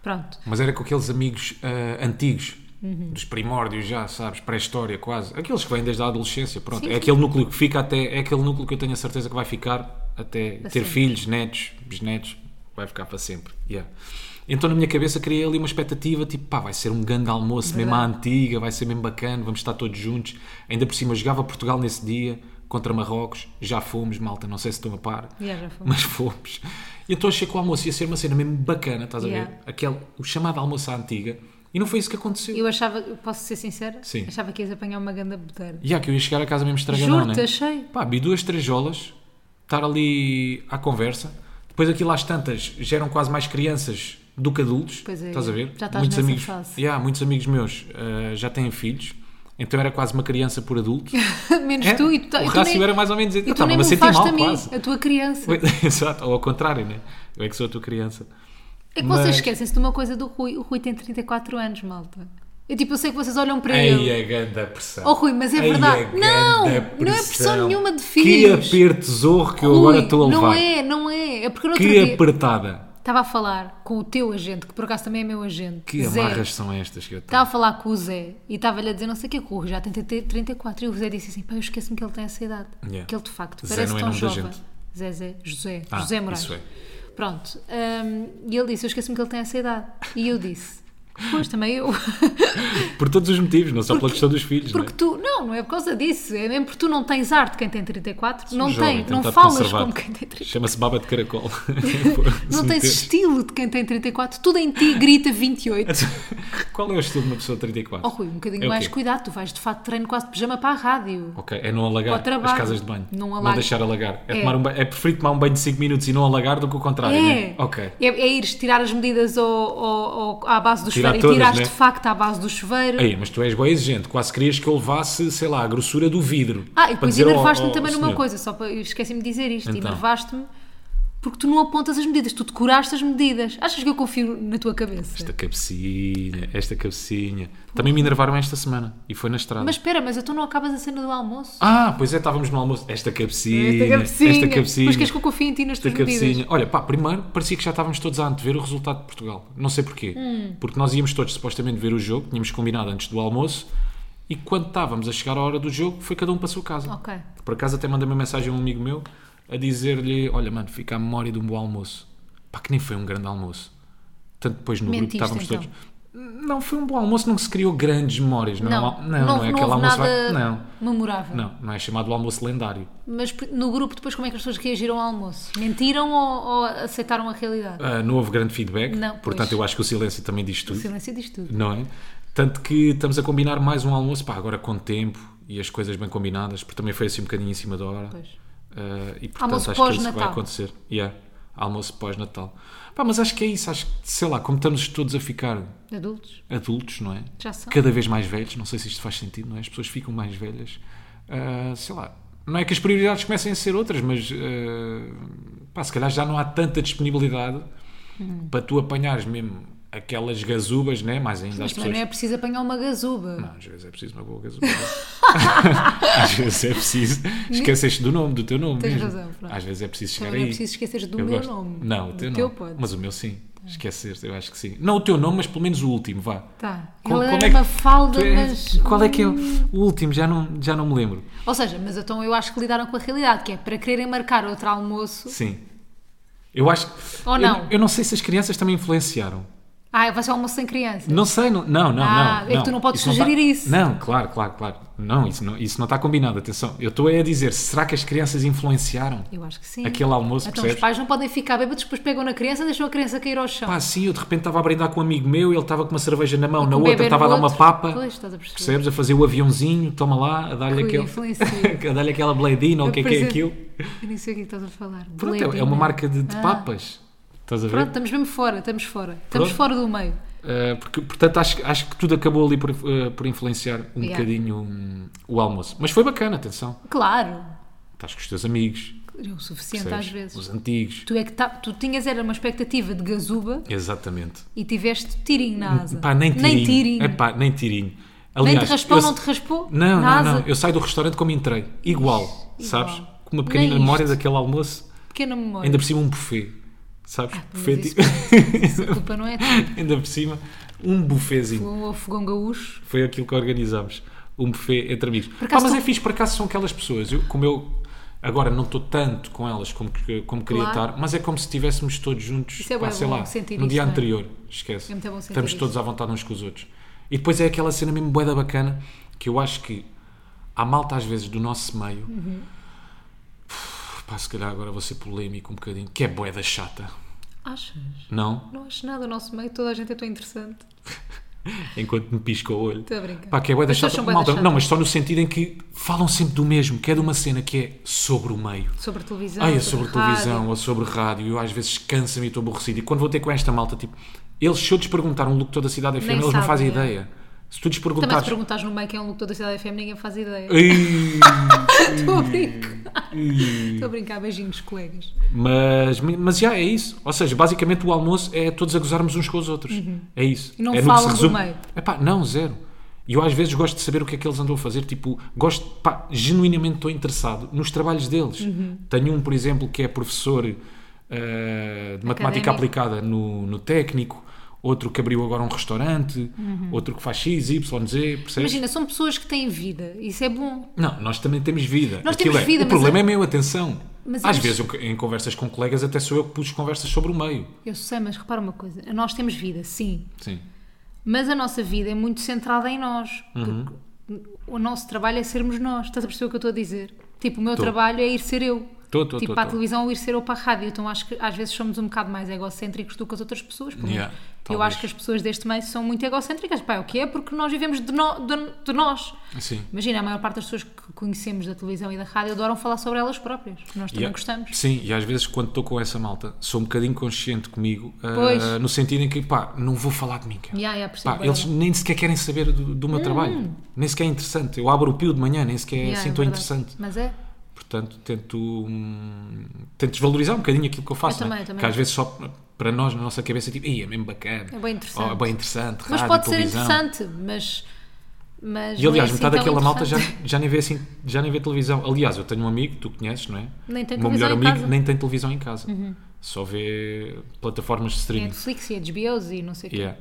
Speaker 1: Pronto.
Speaker 2: Mas era com aqueles amigos ah, antigos, dos primórdios já, sabes, pré-história quase. Aqueles que vêm desde a adolescência, pronto.
Speaker 1: Sim,
Speaker 2: é
Speaker 1: sim.
Speaker 2: aquele núcleo que fica até, é aquele núcleo que eu tenho a certeza que vai ficar até ter
Speaker 1: sempre.
Speaker 2: filhos, netos, bisnetos, vai ficar para sempre. Yeah. Então na minha cabeça criei ali uma expectativa, tipo, pá, vai ser um grande almoço, mesmo à antiga, vai ser mesmo bacana, vamos estar todos juntos. Ainda por cima, jogava Portugal nesse dia, contra Marrocos, já fomos, malta, não sei se estão a par.
Speaker 1: Yeah, é, já fomos.
Speaker 2: Mas fomos. E então achei que o almoço ia ser uma cena mesmo bacana, estás a
Speaker 1: Yeah.
Speaker 2: ver? Aquele, o chamado almoço à antiga. E não foi isso que aconteceu.
Speaker 1: Eu achava, eu posso ser sincera?
Speaker 2: Sim.
Speaker 1: Achava que ias apanhar uma ganda boteira.
Speaker 2: E há que eu ia chegar a casa mesmo estragadão,
Speaker 1: Juro-te,
Speaker 2: né?
Speaker 1: achei.
Speaker 2: Pá, vi duas trejolas, estar ali à conversa. Depois aquilo às tantas geram quase mais crianças do que adultos.
Speaker 1: Pois é,
Speaker 2: Estás a ver?
Speaker 1: já estás nessa
Speaker 2: amigos,
Speaker 1: fase.
Speaker 2: Yeah, muitos amigos meus ah, já têm filhos. Então era quase uma criança por adulto.
Speaker 1: Menos
Speaker 2: É,
Speaker 1: tu e tu,
Speaker 2: o
Speaker 1: e tu
Speaker 2: rácio
Speaker 1: nem,
Speaker 2: era mais ou menos...
Speaker 1: e
Speaker 2: Eu
Speaker 1: tu
Speaker 2: estava
Speaker 1: nem
Speaker 2: a
Speaker 1: me
Speaker 2: sentir
Speaker 1: levaste
Speaker 2: mal
Speaker 1: a mim,
Speaker 2: quase.
Speaker 1: a tua criança.
Speaker 2: Exato, ou ao contrário, né? Eu é que sou a tua criança.
Speaker 1: É que vocês
Speaker 2: Mas-
Speaker 1: esquecem-se de uma coisa do Rui. O Rui tem 34 anos, malta. Eu tipo, eu sei que vocês olham para
Speaker 2: Ei,
Speaker 1: ele.
Speaker 2: é grande a pressão.
Speaker 1: Oh, Rui, mas é
Speaker 2: Ei,
Speaker 1: verdade.
Speaker 2: grande
Speaker 1: Não,
Speaker 2: a
Speaker 1: não é pressão nenhuma de
Speaker 2: Que
Speaker 1: filhos.
Speaker 2: aperto zorro que eu
Speaker 1: Rui,
Speaker 2: agora estou a levar.
Speaker 1: Não é, não é. É porque no outro
Speaker 2: Que
Speaker 1: dia
Speaker 2: apertada.
Speaker 1: estava a falar com o teu agente, que por acaso também é meu agente.
Speaker 2: Que
Speaker 1: Zé.
Speaker 2: amarras são estas que eu tenho?
Speaker 1: Estava a falar com o Zé e estava-lhe a dizer não sei o que, que o Rui já tem 34 e o Zé disse assim, pá, eu esqueço-me que ele tem essa idade.
Speaker 2: Yeah.
Speaker 1: Que ele de facto
Speaker 2: Zé
Speaker 1: parece
Speaker 2: não é
Speaker 1: tão
Speaker 2: nome da
Speaker 1: jovem.
Speaker 2: gente.
Speaker 1: Zé, Zé, José,
Speaker 2: Ah,
Speaker 1: José Moraes.
Speaker 2: isso é.
Speaker 1: Pronto. hum, e ele disse, eu esqueço-me que ele tem essa idade. E eu disse, pois também eu.
Speaker 2: Por todos os motivos, não só pela
Speaker 1: Porque-
Speaker 2: questão dos filhos,
Speaker 1: Porque tu, não, não é por causa disso, é mesmo porque tu não tens arte quem tem 34,
Speaker 2: não
Speaker 1: não
Speaker 2: é? Jovem,
Speaker 1: tem, não
Speaker 2: tentado
Speaker 1: falas
Speaker 2: conservar.
Speaker 1: como quem tem 34,
Speaker 2: Chama-se baba de caracol.
Speaker 1: não tens estilo de quem tem 34, tudo em ti grita 28.
Speaker 2: Qual é o estilo de uma pessoa de 34?
Speaker 1: Oh Rui, um bocadinho
Speaker 2: É o
Speaker 1: mais
Speaker 2: quê?
Speaker 1: cuidado, tu vais de fato de treino quase de pijama para a rádio.
Speaker 2: Ok, é não
Speaker 1: Ao
Speaker 2: alagar
Speaker 1: trabalho.
Speaker 2: as casas de banho.
Speaker 1: Não
Speaker 2: Não,
Speaker 1: alaga.
Speaker 2: deixar alagar. É,
Speaker 1: É.
Speaker 2: Tomar um banho. é preferir tomar um banho de 5 minutos e não alagar do que o contrário,
Speaker 1: É.
Speaker 2: né? Ok.
Speaker 1: é, é ires tirar as medidas ao, ao- ao- à base do
Speaker 2: Tirar
Speaker 1: chuveiro
Speaker 2: todas,
Speaker 1: e tirares
Speaker 2: né?
Speaker 1: de facto à base do chuveiro.
Speaker 2: Aí, mas tu és bem exigente. Quase querias que eu levasse, sei lá, a grossura do vidro.
Speaker 1: Ah, e
Speaker 2: Para
Speaker 1: depois
Speaker 2: dizer ao-
Speaker 1: enervaste-me
Speaker 2: ao
Speaker 1: também numa
Speaker 2: senhor.
Speaker 1: coisa, só para, eu esqueci-me de dizer isto,
Speaker 2: Então.
Speaker 1: enervaste-me porque tu não apontas as medidas, tu decoraste as medidas. Achas que eu confio na tua cabeça?
Speaker 2: Esta cabecinha, esta cabecinha. Também me enervaram esta semana. E foi na estrada.
Speaker 1: Mas espera, mas então não acabas a cena do almoço?
Speaker 2: Ah, pois é, estávamos no almoço. Esta cabecinha.
Speaker 1: esta cabecinha.
Speaker 2: Esta cabecinha.
Speaker 1: Depois queres que eu confie em ti nas
Speaker 2: Esta
Speaker 1: tuas medidas?
Speaker 2: cabecinha. Olha, pá, primeiro parecia que já estávamos todos a antever o resultado de Portugal. Não sei porquê.
Speaker 1: Hum.
Speaker 2: Porque nós íamos todos supostamente ver o jogo, tínhamos combinado antes do almoço, e quando estávamos a chegar à hora do jogo, foi cada um para a sua casa.
Speaker 1: Ok.
Speaker 2: Por acaso até mandei uma mensagem a um amigo meu a dizer-lhe: Olha, mano, fica a memória de um bom almoço. Pá, que nem foi um grande almoço. Tanto depois no
Speaker 1: Mentiste,
Speaker 2: grupo estávamos
Speaker 1: então?
Speaker 2: todos. Não, foi um bom almoço, não se criou grandes memórias. Não, é um al-
Speaker 1: Não,
Speaker 2: não, não é aquele
Speaker 1: houve
Speaker 2: almoço.
Speaker 1: nada
Speaker 2: vai- Não.
Speaker 1: memorável.
Speaker 2: Não, não é chamado almoço lendário.
Speaker 1: Mas p- no grupo depois como é que as pessoas reagiram ao almoço? Mentiram ou, ou aceitaram a realidade?
Speaker 2: Ah, não houve grande feedback,
Speaker 1: Não, pois.
Speaker 2: portanto eu acho que o silêncio também diz
Speaker 1: O
Speaker 2: tudo,
Speaker 1: silêncio diz tudo.
Speaker 2: não é? Tanto que estamos a combinar mais um almoço, pá, agora com tempo e as coisas bem combinadas, porque também foi assim um bocadinho em cima da hora.
Speaker 1: Pois.
Speaker 2: Ah, e portanto
Speaker 1: Almoço
Speaker 2: acho que é isso que vai
Speaker 1: pós-Natal.
Speaker 2: acontecer. Yeah. Almoço pós-Natal. Pá, mas acho que é isso, acho que, sei lá, como estamos todos a ficar
Speaker 1: Adultos?
Speaker 2: adultos, não é?
Speaker 1: Já são.
Speaker 2: Cada vez mais velhos, não sei se isto faz sentido, não é? As pessoas ficam mais velhas, Ah, sei lá. Não é que as prioridades comecem a ser outras, mas ah, pá, se calhar já não há tanta disponibilidade
Speaker 1: Hum.
Speaker 2: para tu apanhares mesmo aquelas gazubas, né? Mais ainda
Speaker 1: Mas
Speaker 2: as
Speaker 1: também
Speaker 2: pessoas.
Speaker 1: não é preciso apanhar uma gazuba.
Speaker 2: Não, às vezes é preciso uma boa gazuba. às vezes é preciso. Esqueceste do nome, do teu nome.
Speaker 1: Tens
Speaker 2: mesmo.
Speaker 1: razão, pronto.
Speaker 2: Às vezes é preciso chegar
Speaker 1: Também
Speaker 2: aí.
Speaker 1: não é preciso esqueceres do
Speaker 2: Eu
Speaker 1: meu
Speaker 2: gosto.
Speaker 1: nome.
Speaker 2: Não, o
Speaker 1: Do
Speaker 2: teu,
Speaker 1: teu
Speaker 2: não.
Speaker 1: pode.
Speaker 2: Mas o meu sim. Esquecer, eu acho que sim. Não o teu nome, mas pelo menos o último, vá.
Speaker 1: Tá.
Speaker 2: Co-
Speaker 1: Ela
Speaker 2: como
Speaker 1: era
Speaker 2: é que-
Speaker 1: uma falda,
Speaker 2: tu és-
Speaker 1: mas...
Speaker 2: Qual é que é o o último? Já não, já não me lembro.
Speaker 1: Ou seja, mas então eu acho que lidaram com a realidade, que é para quererem marcar outro almoço.
Speaker 2: Sim. Eu acho que.
Speaker 1: Ou
Speaker 2: eu-
Speaker 1: não?
Speaker 2: Eu, não sei se as crianças também influenciaram.
Speaker 1: Ah, vai ser almoço sem criança.
Speaker 2: Não sei, não, não, não.
Speaker 1: Ah,
Speaker 2: não,
Speaker 1: é que tu não podes
Speaker 2: está-
Speaker 1: sugerir isso.
Speaker 2: Não, claro, claro, claro. Não, isso não, isso não está combinado. Atenção, eu estou é a dizer, será que as crianças influenciaram
Speaker 1: Eu acho que sim.
Speaker 2: aquele almoço,
Speaker 1: Então os
Speaker 2: percebes?
Speaker 1: pais não podem ficar bêbados, depois pegam na criança e deixam a criança cair ao chão.
Speaker 2: Pá, sim, eu de repente estava a brindar com um amigo meu, ele estava com uma cerveja na mão, na
Speaker 1: um
Speaker 2: outra
Speaker 1: bebê
Speaker 2: estava a
Speaker 1: no
Speaker 2: dar uma
Speaker 1: outro.
Speaker 2: papa.
Speaker 1: Pois, estás a perceber.
Speaker 2: Percebes? A fazer o aviãozinho, toma lá, a dar-lhe
Speaker 1: Rui,
Speaker 2: aquele.
Speaker 1: influencia.
Speaker 2: a dar-lhe aquela bladina ou o que é que é
Speaker 1: Apresenta-
Speaker 2: aquilo.
Speaker 1: Eu nem sei o que é que estás a falar.
Speaker 2: Pronto, é- é
Speaker 1: Bledina.
Speaker 2: uma marca de, de
Speaker 1: Ah.
Speaker 2: papas. Estás a ver?
Speaker 1: Pronto, estamos mesmo fora, estamos fora. Estamos
Speaker 2: Pronto.
Speaker 1: fora do meio.
Speaker 2: Uh, porque, portanto, acho, acho que tudo acabou ali por, uh, por influenciar um
Speaker 1: Yeah.
Speaker 2: bocadinho hum, o almoço. Mas foi bacana, atenção.
Speaker 1: Claro,
Speaker 2: Estás com os teus amigos,
Speaker 1: é o suficiente
Speaker 2: percebes?
Speaker 1: às vezes.
Speaker 2: os antigos.
Speaker 1: Tu é que tá- tu tinhas era uma expectativa de gazuba
Speaker 2: Exatamente.
Speaker 1: e tiveste tirinho na asa.
Speaker 2: Pá, nem tirinho.
Speaker 1: Nem tirinho.
Speaker 2: Epá, nem tirinho.
Speaker 1: Nem
Speaker 2: Aliás,
Speaker 1: te raspou,
Speaker 2: eu-
Speaker 1: não te raspou? na
Speaker 2: Não, não,
Speaker 1: asa.
Speaker 2: não. Eu saio do restaurante como entrei. Igual, sabes?
Speaker 1: igual.
Speaker 2: Com uma pequenina
Speaker 1: Nem
Speaker 2: memória
Speaker 1: isto.
Speaker 2: daquele almoço.
Speaker 1: Pequena memória.
Speaker 2: Ainda por cima um buffet. Sabes?
Speaker 1: Mas
Speaker 2: buffet
Speaker 1: Ah, isso,
Speaker 2: tipo-
Speaker 1: isso, a culpa não é tua.
Speaker 2: ainda por cima um buffetzinho.
Speaker 1: O fogão gaúcho.
Speaker 2: Foi aquilo que organizámos. Um buffet entre amigos.
Speaker 1: acaso
Speaker 2: Pá, mas
Speaker 1: tu-
Speaker 2: é fixe, por acaso são aquelas pessoas. Eu, como eu agora não estou tanto com elas como, que- como queria
Speaker 1: Claro.
Speaker 2: estar, mas é como se estivéssemos todos juntos,
Speaker 1: Isso é
Speaker 2: pá,
Speaker 1: bué
Speaker 2: sei
Speaker 1: bom
Speaker 2: lá,
Speaker 1: sentir
Speaker 2: no
Speaker 1: isso,
Speaker 2: dia
Speaker 1: não é?
Speaker 2: anterior. Esquece.
Speaker 1: É muito bom sentir
Speaker 2: Estamos
Speaker 1: isso.
Speaker 2: todos à vontade uns com os outros. E depois é aquela cena mesmo boeda bacana que eu acho que há malta às vezes do nosso meio.
Speaker 1: Uhum.
Speaker 2: Uf, Pá, se calhar agora vou ser polémico um bocadinho, que é boeda chata,
Speaker 1: Achas?
Speaker 2: não?
Speaker 1: Não acho nada. O nosso meio, toda a gente é tão interessante.
Speaker 2: Enquanto me pisca o olho.
Speaker 1: Estou a brincar.
Speaker 2: Pá, que é bué da
Speaker 1: As pessoas
Speaker 2: chata.
Speaker 1: são bué da
Speaker 2: Malta,
Speaker 1: chata.
Speaker 2: Não, mas só no sentido em que falam sempre do mesmo, que é de uma cena que é sobre o meio.
Speaker 1: Sobre televisão.
Speaker 2: Ah, é sobre
Speaker 1: rádio.
Speaker 2: televisão ou sobre rádio. Eu às vezes cansa-me e estou aborrecido. E quando vou ter com esta malta, tipo, eles, se eu lhes perguntar um look toda a cidade é FM, eles não
Speaker 1: sabem,
Speaker 2: fazem
Speaker 1: é.
Speaker 2: ideia. Se tu
Speaker 1: Também
Speaker 2: lhes
Speaker 1: se
Speaker 2: perguntares.
Speaker 1: perguntares no meio quem é um locutor da Cidade FM, ninguém faz ideia.
Speaker 2: Ei,
Speaker 1: Estou a brincar. Estou a brincar. Beijinhos, colegas.
Speaker 2: mas, mas já é isso. Ou seja, basicamente o almoço é todos a gozarmos uns com os outros. É isso.
Speaker 1: Uhum. E não
Speaker 2: é
Speaker 1: falam do meio.
Speaker 2: Epá, não, zero. E eu às vezes gosto de saber o que é que eles andam a fazer. Tipo, gosto, pá, genuinamente estou interessado nos trabalhos deles.
Speaker 1: Uhum.
Speaker 2: Tenho um, por exemplo, que é professor eh, de matemática
Speaker 1: Académico.
Speaker 2: aplicada no, no técnico. Outro que abriu agora um restaurante,
Speaker 1: Uhum.
Speaker 2: outro que faz X, Y, Z, percebes?
Speaker 1: Imagina, são pessoas que têm vida. Isso é bom.
Speaker 2: Não, nós também temos vida.
Speaker 1: Nós
Speaker 2: Aquilo
Speaker 1: temos
Speaker 2: é,
Speaker 1: vida,
Speaker 2: o
Speaker 1: mas
Speaker 2: problema
Speaker 1: a-
Speaker 2: é meu, atenção.
Speaker 1: Mas
Speaker 2: Às
Speaker 1: eu-
Speaker 2: vezes, eu- em conversas com colegas, até sou eu que puxo conversas sobre o meio.
Speaker 1: Eu sei, mas repara uma coisa. Nós temos vida, sim.
Speaker 2: Sim.
Speaker 1: Mas a nossa vida é muito centrada em nós.
Speaker 2: Uhum.
Speaker 1: Porque O nosso trabalho é sermos nós. Estás a perceber o que eu estou a dizer? Tipo, o meu trabalho é ir ser eu.
Speaker 2: Tô, tô,
Speaker 1: tipo,
Speaker 2: tô,
Speaker 1: para
Speaker 2: tô.
Speaker 1: a televisão ou ir ser eu para a rádio. Então acho que às vezes somos um bocado mais egocêntricos do que as outras pessoas. pelo menos.
Speaker 2: Yeah,
Speaker 1: eu
Speaker 2: talvez.
Speaker 1: acho que as pessoas deste meio são muito egocêntricas. Pá, é o que é? Porque nós vivemos de, no- de- de nós.
Speaker 2: Sim.
Speaker 1: Imagina, a maior parte das pessoas que conhecemos da televisão e da rádio adoram falar sobre elas próprias. Nós também
Speaker 2: E a-
Speaker 1: gostamos.
Speaker 2: Sim, e às vezes quando estou com essa malta, sou um bocadinho consciente comigo, ah,
Speaker 1: Pois.
Speaker 2: no sentido em que, pá, não vou falar de mim. cara.
Speaker 1: Yeah, yeah, percebo
Speaker 2: Pá,
Speaker 1: bem. Hum.
Speaker 2: eles nem sequer querem saber do, do meu trabalho, nem sequer é interessante. Eu abro o pio de manhã, nem sequer
Speaker 1: Yeah,
Speaker 2: assim
Speaker 1: é
Speaker 2: estou
Speaker 1: verdade.
Speaker 2: interessante.
Speaker 1: Mas é?
Speaker 2: Portanto, tento, hum, tento desvalorizar um bocadinho aquilo que eu faço.
Speaker 1: Eu
Speaker 2: não é?
Speaker 1: também, também.
Speaker 2: Que às vezes só para nós, na nossa cabeça, é tipo, "Ih, é mesmo bacana.
Speaker 1: É bem interessante.
Speaker 2: Oh, é bem interessante.
Speaker 1: Mas
Speaker 2: rádio,
Speaker 1: pode ser
Speaker 2: televisão."
Speaker 1: interessante, mas. mas
Speaker 2: E
Speaker 1: não é
Speaker 2: aliás,
Speaker 1: assim
Speaker 2: metade
Speaker 1: tão
Speaker 2: daquela malta já,
Speaker 1: interessante.
Speaker 2: já, nem vê assim, já nem vê televisão. Aliás, eu tenho um amigo, tu conheces, não é?
Speaker 1: Nem tem
Speaker 2: o meu
Speaker 1: televisão
Speaker 2: melhor
Speaker 1: em
Speaker 2: amigo
Speaker 1: casa. Uhum.
Speaker 2: nem tem televisão em casa. Só vê plataformas de
Speaker 1: É
Speaker 2: streaming.
Speaker 1: Netflix e HBOs e não sei o quê.
Speaker 2: Yeah.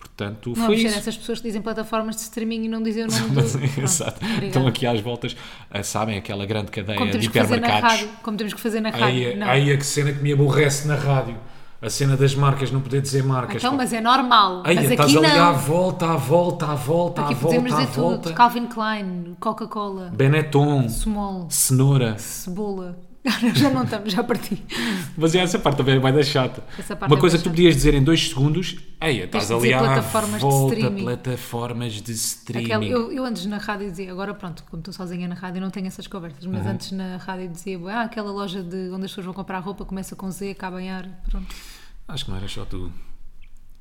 Speaker 2: Portanto,
Speaker 1: É. Não
Speaker 2: foi
Speaker 1: vamos ser
Speaker 2: isso.
Speaker 1: essas pessoas que dizem plataformas de streaming e não dizem o nome do...
Speaker 2: Mas,
Speaker 1: Pronto,
Speaker 2: Exato. Então,
Speaker 1: obrigada.
Speaker 2: Estão aqui às voltas. Ah, sabem aquela grande cadeia
Speaker 1: Como
Speaker 2: de
Speaker 1: temos que fazer na
Speaker 2: É, hipermercados?
Speaker 1: rádio. Como temos que fazer na rádio.
Speaker 2: Aí, é-
Speaker 1: não.
Speaker 2: aí é que cena que me aborrece na rádio. A cena das marcas, não poder dizer marcas.
Speaker 1: então,
Speaker 2: pá.
Speaker 1: mas é normal.
Speaker 2: Aí,
Speaker 1: mas
Speaker 2: estás
Speaker 1: aqui
Speaker 2: ali à
Speaker 1: não.
Speaker 2: volta, à volta, à volta,
Speaker 1: Aqui
Speaker 2: à volta,
Speaker 1: podemos
Speaker 2: à
Speaker 1: dizer tudo.
Speaker 2: volta.
Speaker 1: Calvin Klein, Coca-Cola,
Speaker 2: Benetton,
Speaker 1: Small,
Speaker 2: cenoura.
Speaker 1: cebola. já não estamos, já parti.
Speaker 2: Mas é, essa parte também é mais da chata.
Speaker 1: Essa parte
Speaker 2: Uma
Speaker 1: é
Speaker 2: coisa
Speaker 1: mais chata.
Speaker 2: que tu podias dizer em dois segundos, ei, estás
Speaker 1: de
Speaker 2: ali
Speaker 1: dizer
Speaker 2: à
Speaker 1: plataformas de
Speaker 2: volta,
Speaker 1: streaming."
Speaker 2: plataformas de streaming.
Speaker 1: Aquela- eu, eu antes na rádio dizia, agora pronto, como estou sozinha na rádio, não tenho essas conversas, mas
Speaker 2: Uhum.
Speaker 1: antes na rádio dizia, ah, aquela loja de onde as pessoas vão comprar roupa começa com Z, acaba em ar, pronto.
Speaker 2: Acho que não era só tu.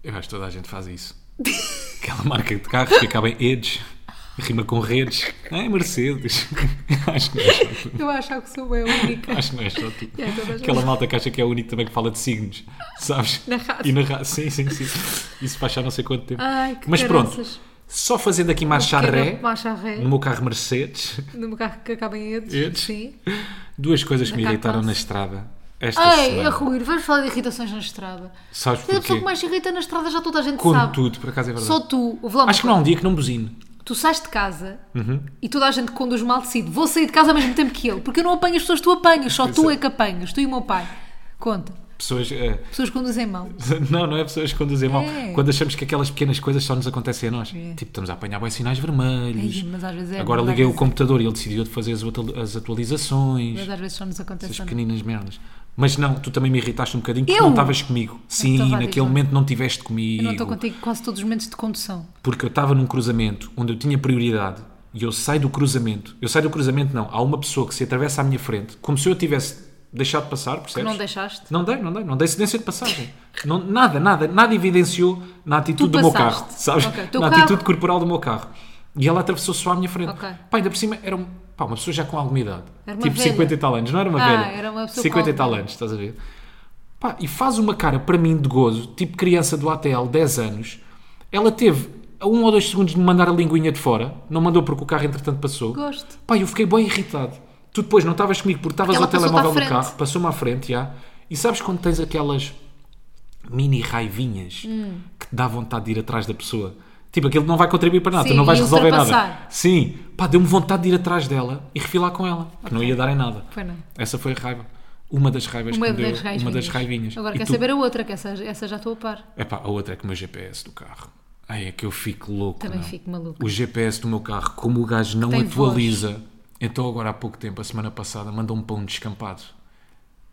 Speaker 2: Eu acho que toda a gente faz isso. Aquela marca de carros que acaba em Edge, rima com redes. Ah, é Mercedes. acho, que não és só
Speaker 1: Eu acho que sou bem a única.
Speaker 2: tu. acho que não é só tu.
Speaker 1: É, toda a gente.
Speaker 2: Aquela malta que acha que é o único também que fala de signos, sabes?
Speaker 1: Na rádio.
Speaker 2: E na rádio. Sim, sim, sim. Isso faz já não sei quanto tempo.
Speaker 1: Ai, que
Speaker 2: Mas
Speaker 1: caraças.
Speaker 2: pronto, só fazendo aqui marcha a
Speaker 1: Uma
Speaker 2: ré,
Speaker 1: pequena marcha a ré.
Speaker 2: no meu carro Mercedes,
Speaker 1: No meu carro que acaba em Edes.
Speaker 2: Edes.
Speaker 1: Sim.
Speaker 2: duas coisas que me
Speaker 1: Na
Speaker 2: irritaram
Speaker 1: carcaça.
Speaker 2: na estrada esta
Speaker 1: Ai,
Speaker 2: semana.
Speaker 1: a ruir, vamos falar de irritações na estrada.
Speaker 2: Sabes
Speaker 1: Tu és a pessoa
Speaker 2: porquê?
Speaker 1: que mais se irrita na estrada, já toda a gente
Speaker 2: Com
Speaker 1: sabe.
Speaker 2: tudo, por acaso é verdade.
Speaker 1: Só tu, ouve lá uma
Speaker 2: Acho que não há um dia que não Uhum. buzine.
Speaker 1: coisa. tu sais de casa e toda a gente que conduz mal decide, vou sair de casa ao mesmo tempo que ele, porque eu não apanho as pessoas, tu apanhas, só tu é que apanhas, tu e o meu pai. Conta,
Speaker 2: Pessoas. eh,
Speaker 1: pessoas que conduzem mal.
Speaker 2: Não, não é pessoas que conduzem mal.
Speaker 1: É.
Speaker 2: Quando achamos que aquelas pequenas coisas só nos acontecem a nós. Tipo, estamos a apanhar bons sinais vermelhos.
Speaker 1: Ai, mas às vezes é
Speaker 2: Agora
Speaker 1: verdade.
Speaker 2: liguei o computador e ele decidiu de fazer as atu- as atualizações.
Speaker 1: Mas às vezes só nos
Speaker 2: Essas
Speaker 1: acontece. a nós.
Speaker 2: pequeninas merdas. Mas não, tu também me irritaste um bocadinho porque
Speaker 1: Eu? Então
Speaker 2: não estavas comigo. Sim,
Speaker 1: estava a dizer.
Speaker 2: naquele momento não estiveste comigo.
Speaker 1: Eu não estou contigo quase todos os momentos de condução.
Speaker 2: porque eu estava num cruzamento onde eu tinha prioridade e eu saio do cruzamento. Eu saio do cruzamento, não. Há uma pessoa que se atravessa à minha frente, como se eu tivesse deixado passar, percebes?
Speaker 1: não deixaste.
Speaker 2: Não dei, não dei, não dei cedência de passagem. Não- nada, nada, nada evidenciou na atitude
Speaker 1: Tu
Speaker 2: do meu
Speaker 1: passaste.
Speaker 2: carro, sabes?
Speaker 1: Ok, teu
Speaker 2: Na
Speaker 1: carro-
Speaker 2: atitude corporal do meu carro. E ela atravessou só à minha frente.
Speaker 1: Ok.
Speaker 2: Pá, ainda por cima era um- pá, uma pessoa já com alguma idade.
Speaker 1: Era uma
Speaker 2: tipo
Speaker 1: velha.
Speaker 2: 50 e tal anos, não era uma
Speaker 1: Ah,
Speaker 2: velha.
Speaker 1: era uma pessoa
Speaker 2: 50 e
Speaker 1: com
Speaker 2: tal
Speaker 1: alguma-
Speaker 2: anos, estás a ver? Pá, e faz uma cara para mim de gozo, tipo criança do ATL, 10 anos. Ela teve a um ou dois segundos de me mandar a linguinha de fora, não mandou porque o carro entretanto passou.
Speaker 1: Gosto.
Speaker 2: Pá, eu fiquei bem irritado. Tu depois não estavas comigo porque estavas
Speaker 1: Ela
Speaker 2: ao
Speaker 1: passou-te à
Speaker 2: telemóvel no
Speaker 1: frente.
Speaker 2: carro, passou-me à frente, já. E sabes quando tens aquelas mini raivinhas
Speaker 1: Hum.
Speaker 2: que te dá vontade de ir atrás da pessoa? Tipo, aquilo não vai contribuir para nada,
Speaker 1: Sim,
Speaker 2: tu não vais
Speaker 1: e
Speaker 2: resolver nada.
Speaker 1: ultrapassar.
Speaker 2: Sim, pá, deu-me vontade de ir atrás dela e refilar com ela, que não ia dar em nada.
Speaker 1: Foi não.
Speaker 2: Essa foi a raiva. Uma das raivas
Speaker 1: Uma é
Speaker 2: que me deu,
Speaker 1: das raivinhas.
Speaker 2: uma das raivinhas.
Speaker 1: Agora
Speaker 2: E
Speaker 1: quer
Speaker 2: tu?
Speaker 1: saber a outra, que essa, essa já estou a par.
Speaker 2: Epá, a outra é que o meu GPS do carro. Ai, é que eu fico louco.
Speaker 1: Também
Speaker 2: não.
Speaker 1: fico maluca.
Speaker 2: O GPS do meu carro, como o gajo não
Speaker 1: Tem
Speaker 2: atualiza, então agora há pouco tempo, a semana passada, mandou-me para um descampado.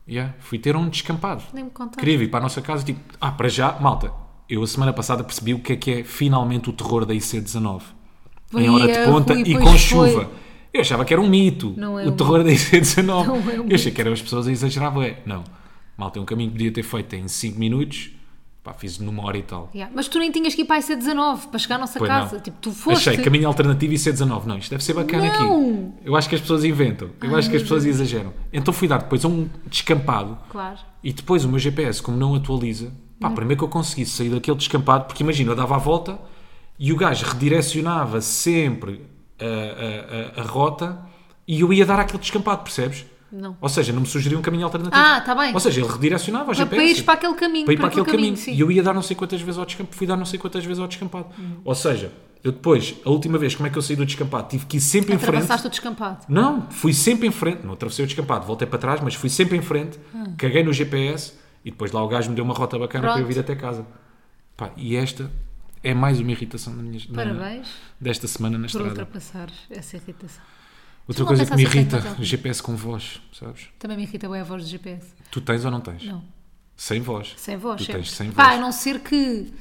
Speaker 2: Yeah, fui ter um descampado.
Speaker 1: Nem me contaste.
Speaker 2: Queria vir para a nossa casa, tipo, ah, para já, malta, eu a semana passada percebi o que é que é finalmente o terror da IC19. em
Speaker 1: Ia,
Speaker 2: hora de ponta
Speaker 1: Rui,
Speaker 2: e
Speaker 1: pois
Speaker 2: com
Speaker 1: foi.
Speaker 2: chuva. Eu achava que era um mito.
Speaker 1: Não é
Speaker 2: o
Speaker 1: um
Speaker 2: terror da IC19.
Speaker 1: Não é um
Speaker 2: eu achei que eram as pessoas a exagerar, é. Não. Malta, é um caminho que podia ter feito em 5 minutos, Pá, fiz numa hora e tal.
Speaker 1: Yeah. Mas tu nem tinhas que ir para a IC19 para chegar à nossa
Speaker 2: Pois não.
Speaker 1: casa. Tipo, tu foste.
Speaker 2: Achei caminho alternativo e C19. Não, isto deve ser bacana
Speaker 1: Não!
Speaker 2: aqui. Eu acho que as pessoas inventam. Eu acho que as pessoas exageram. Então fui dar depois a um descampado
Speaker 1: Claro.
Speaker 2: e depois o meu GPS, como não atualiza, pá, primeiro que eu consegui sair daquele descampado, porque imagina, eu dava a volta e o gajo redirecionava sempre a, a- a- a rota e eu ia dar àquele descampado, percebes?
Speaker 1: Não.
Speaker 2: Ou seja, não me sugeriu um caminho alternativo.
Speaker 1: Ah, tá bem.
Speaker 2: Ou seja, ele redirecionava
Speaker 1: Para,
Speaker 2: o GPS.
Speaker 1: para ires para aquele caminho.
Speaker 2: Tipo, é assim, Para ir para aquele caminho.
Speaker 1: sim.
Speaker 2: E eu ia dar não sei quantas vezes ao descampado. Fui dar não sei quantas vezes ao descampado.
Speaker 1: Uhum.
Speaker 2: Ou seja, eu depois, a última vez, como é que eu saí do descampado? Tive que ir
Speaker 1: É
Speaker 2: sempre em frente.
Speaker 1: Atravessaste o descampado.
Speaker 2: Não, fui sempre em frente. Não atravessei o descampado, voltei para trás, mas fui sempre em frente. Caguei no GPS e depois lá o gajo me deu uma rota bacana para eu
Speaker 1: Hum. Pronto.
Speaker 2: vir até casa. Pá, e esta é mais uma irritação da minha, da minha-
Speaker 1: Parabéns
Speaker 2: desta semana na
Speaker 1: por
Speaker 2: estrada.
Speaker 1: ultrapassar essa irritação.
Speaker 2: Outra
Speaker 1: não
Speaker 2: coisa que me
Speaker 1: pensaste assim
Speaker 2: irrita,
Speaker 1: em fazer?
Speaker 2: GPS com voz, sabes?
Speaker 1: Também me irrita bem a voz do GPS.
Speaker 2: Tu tens ou não tens?
Speaker 1: Não.
Speaker 2: Sem voz.
Speaker 1: Sem voz,
Speaker 2: Tu
Speaker 1: sempre.
Speaker 2: tens sem
Speaker 1: Pá,
Speaker 2: voz.
Speaker 1: a não ser que,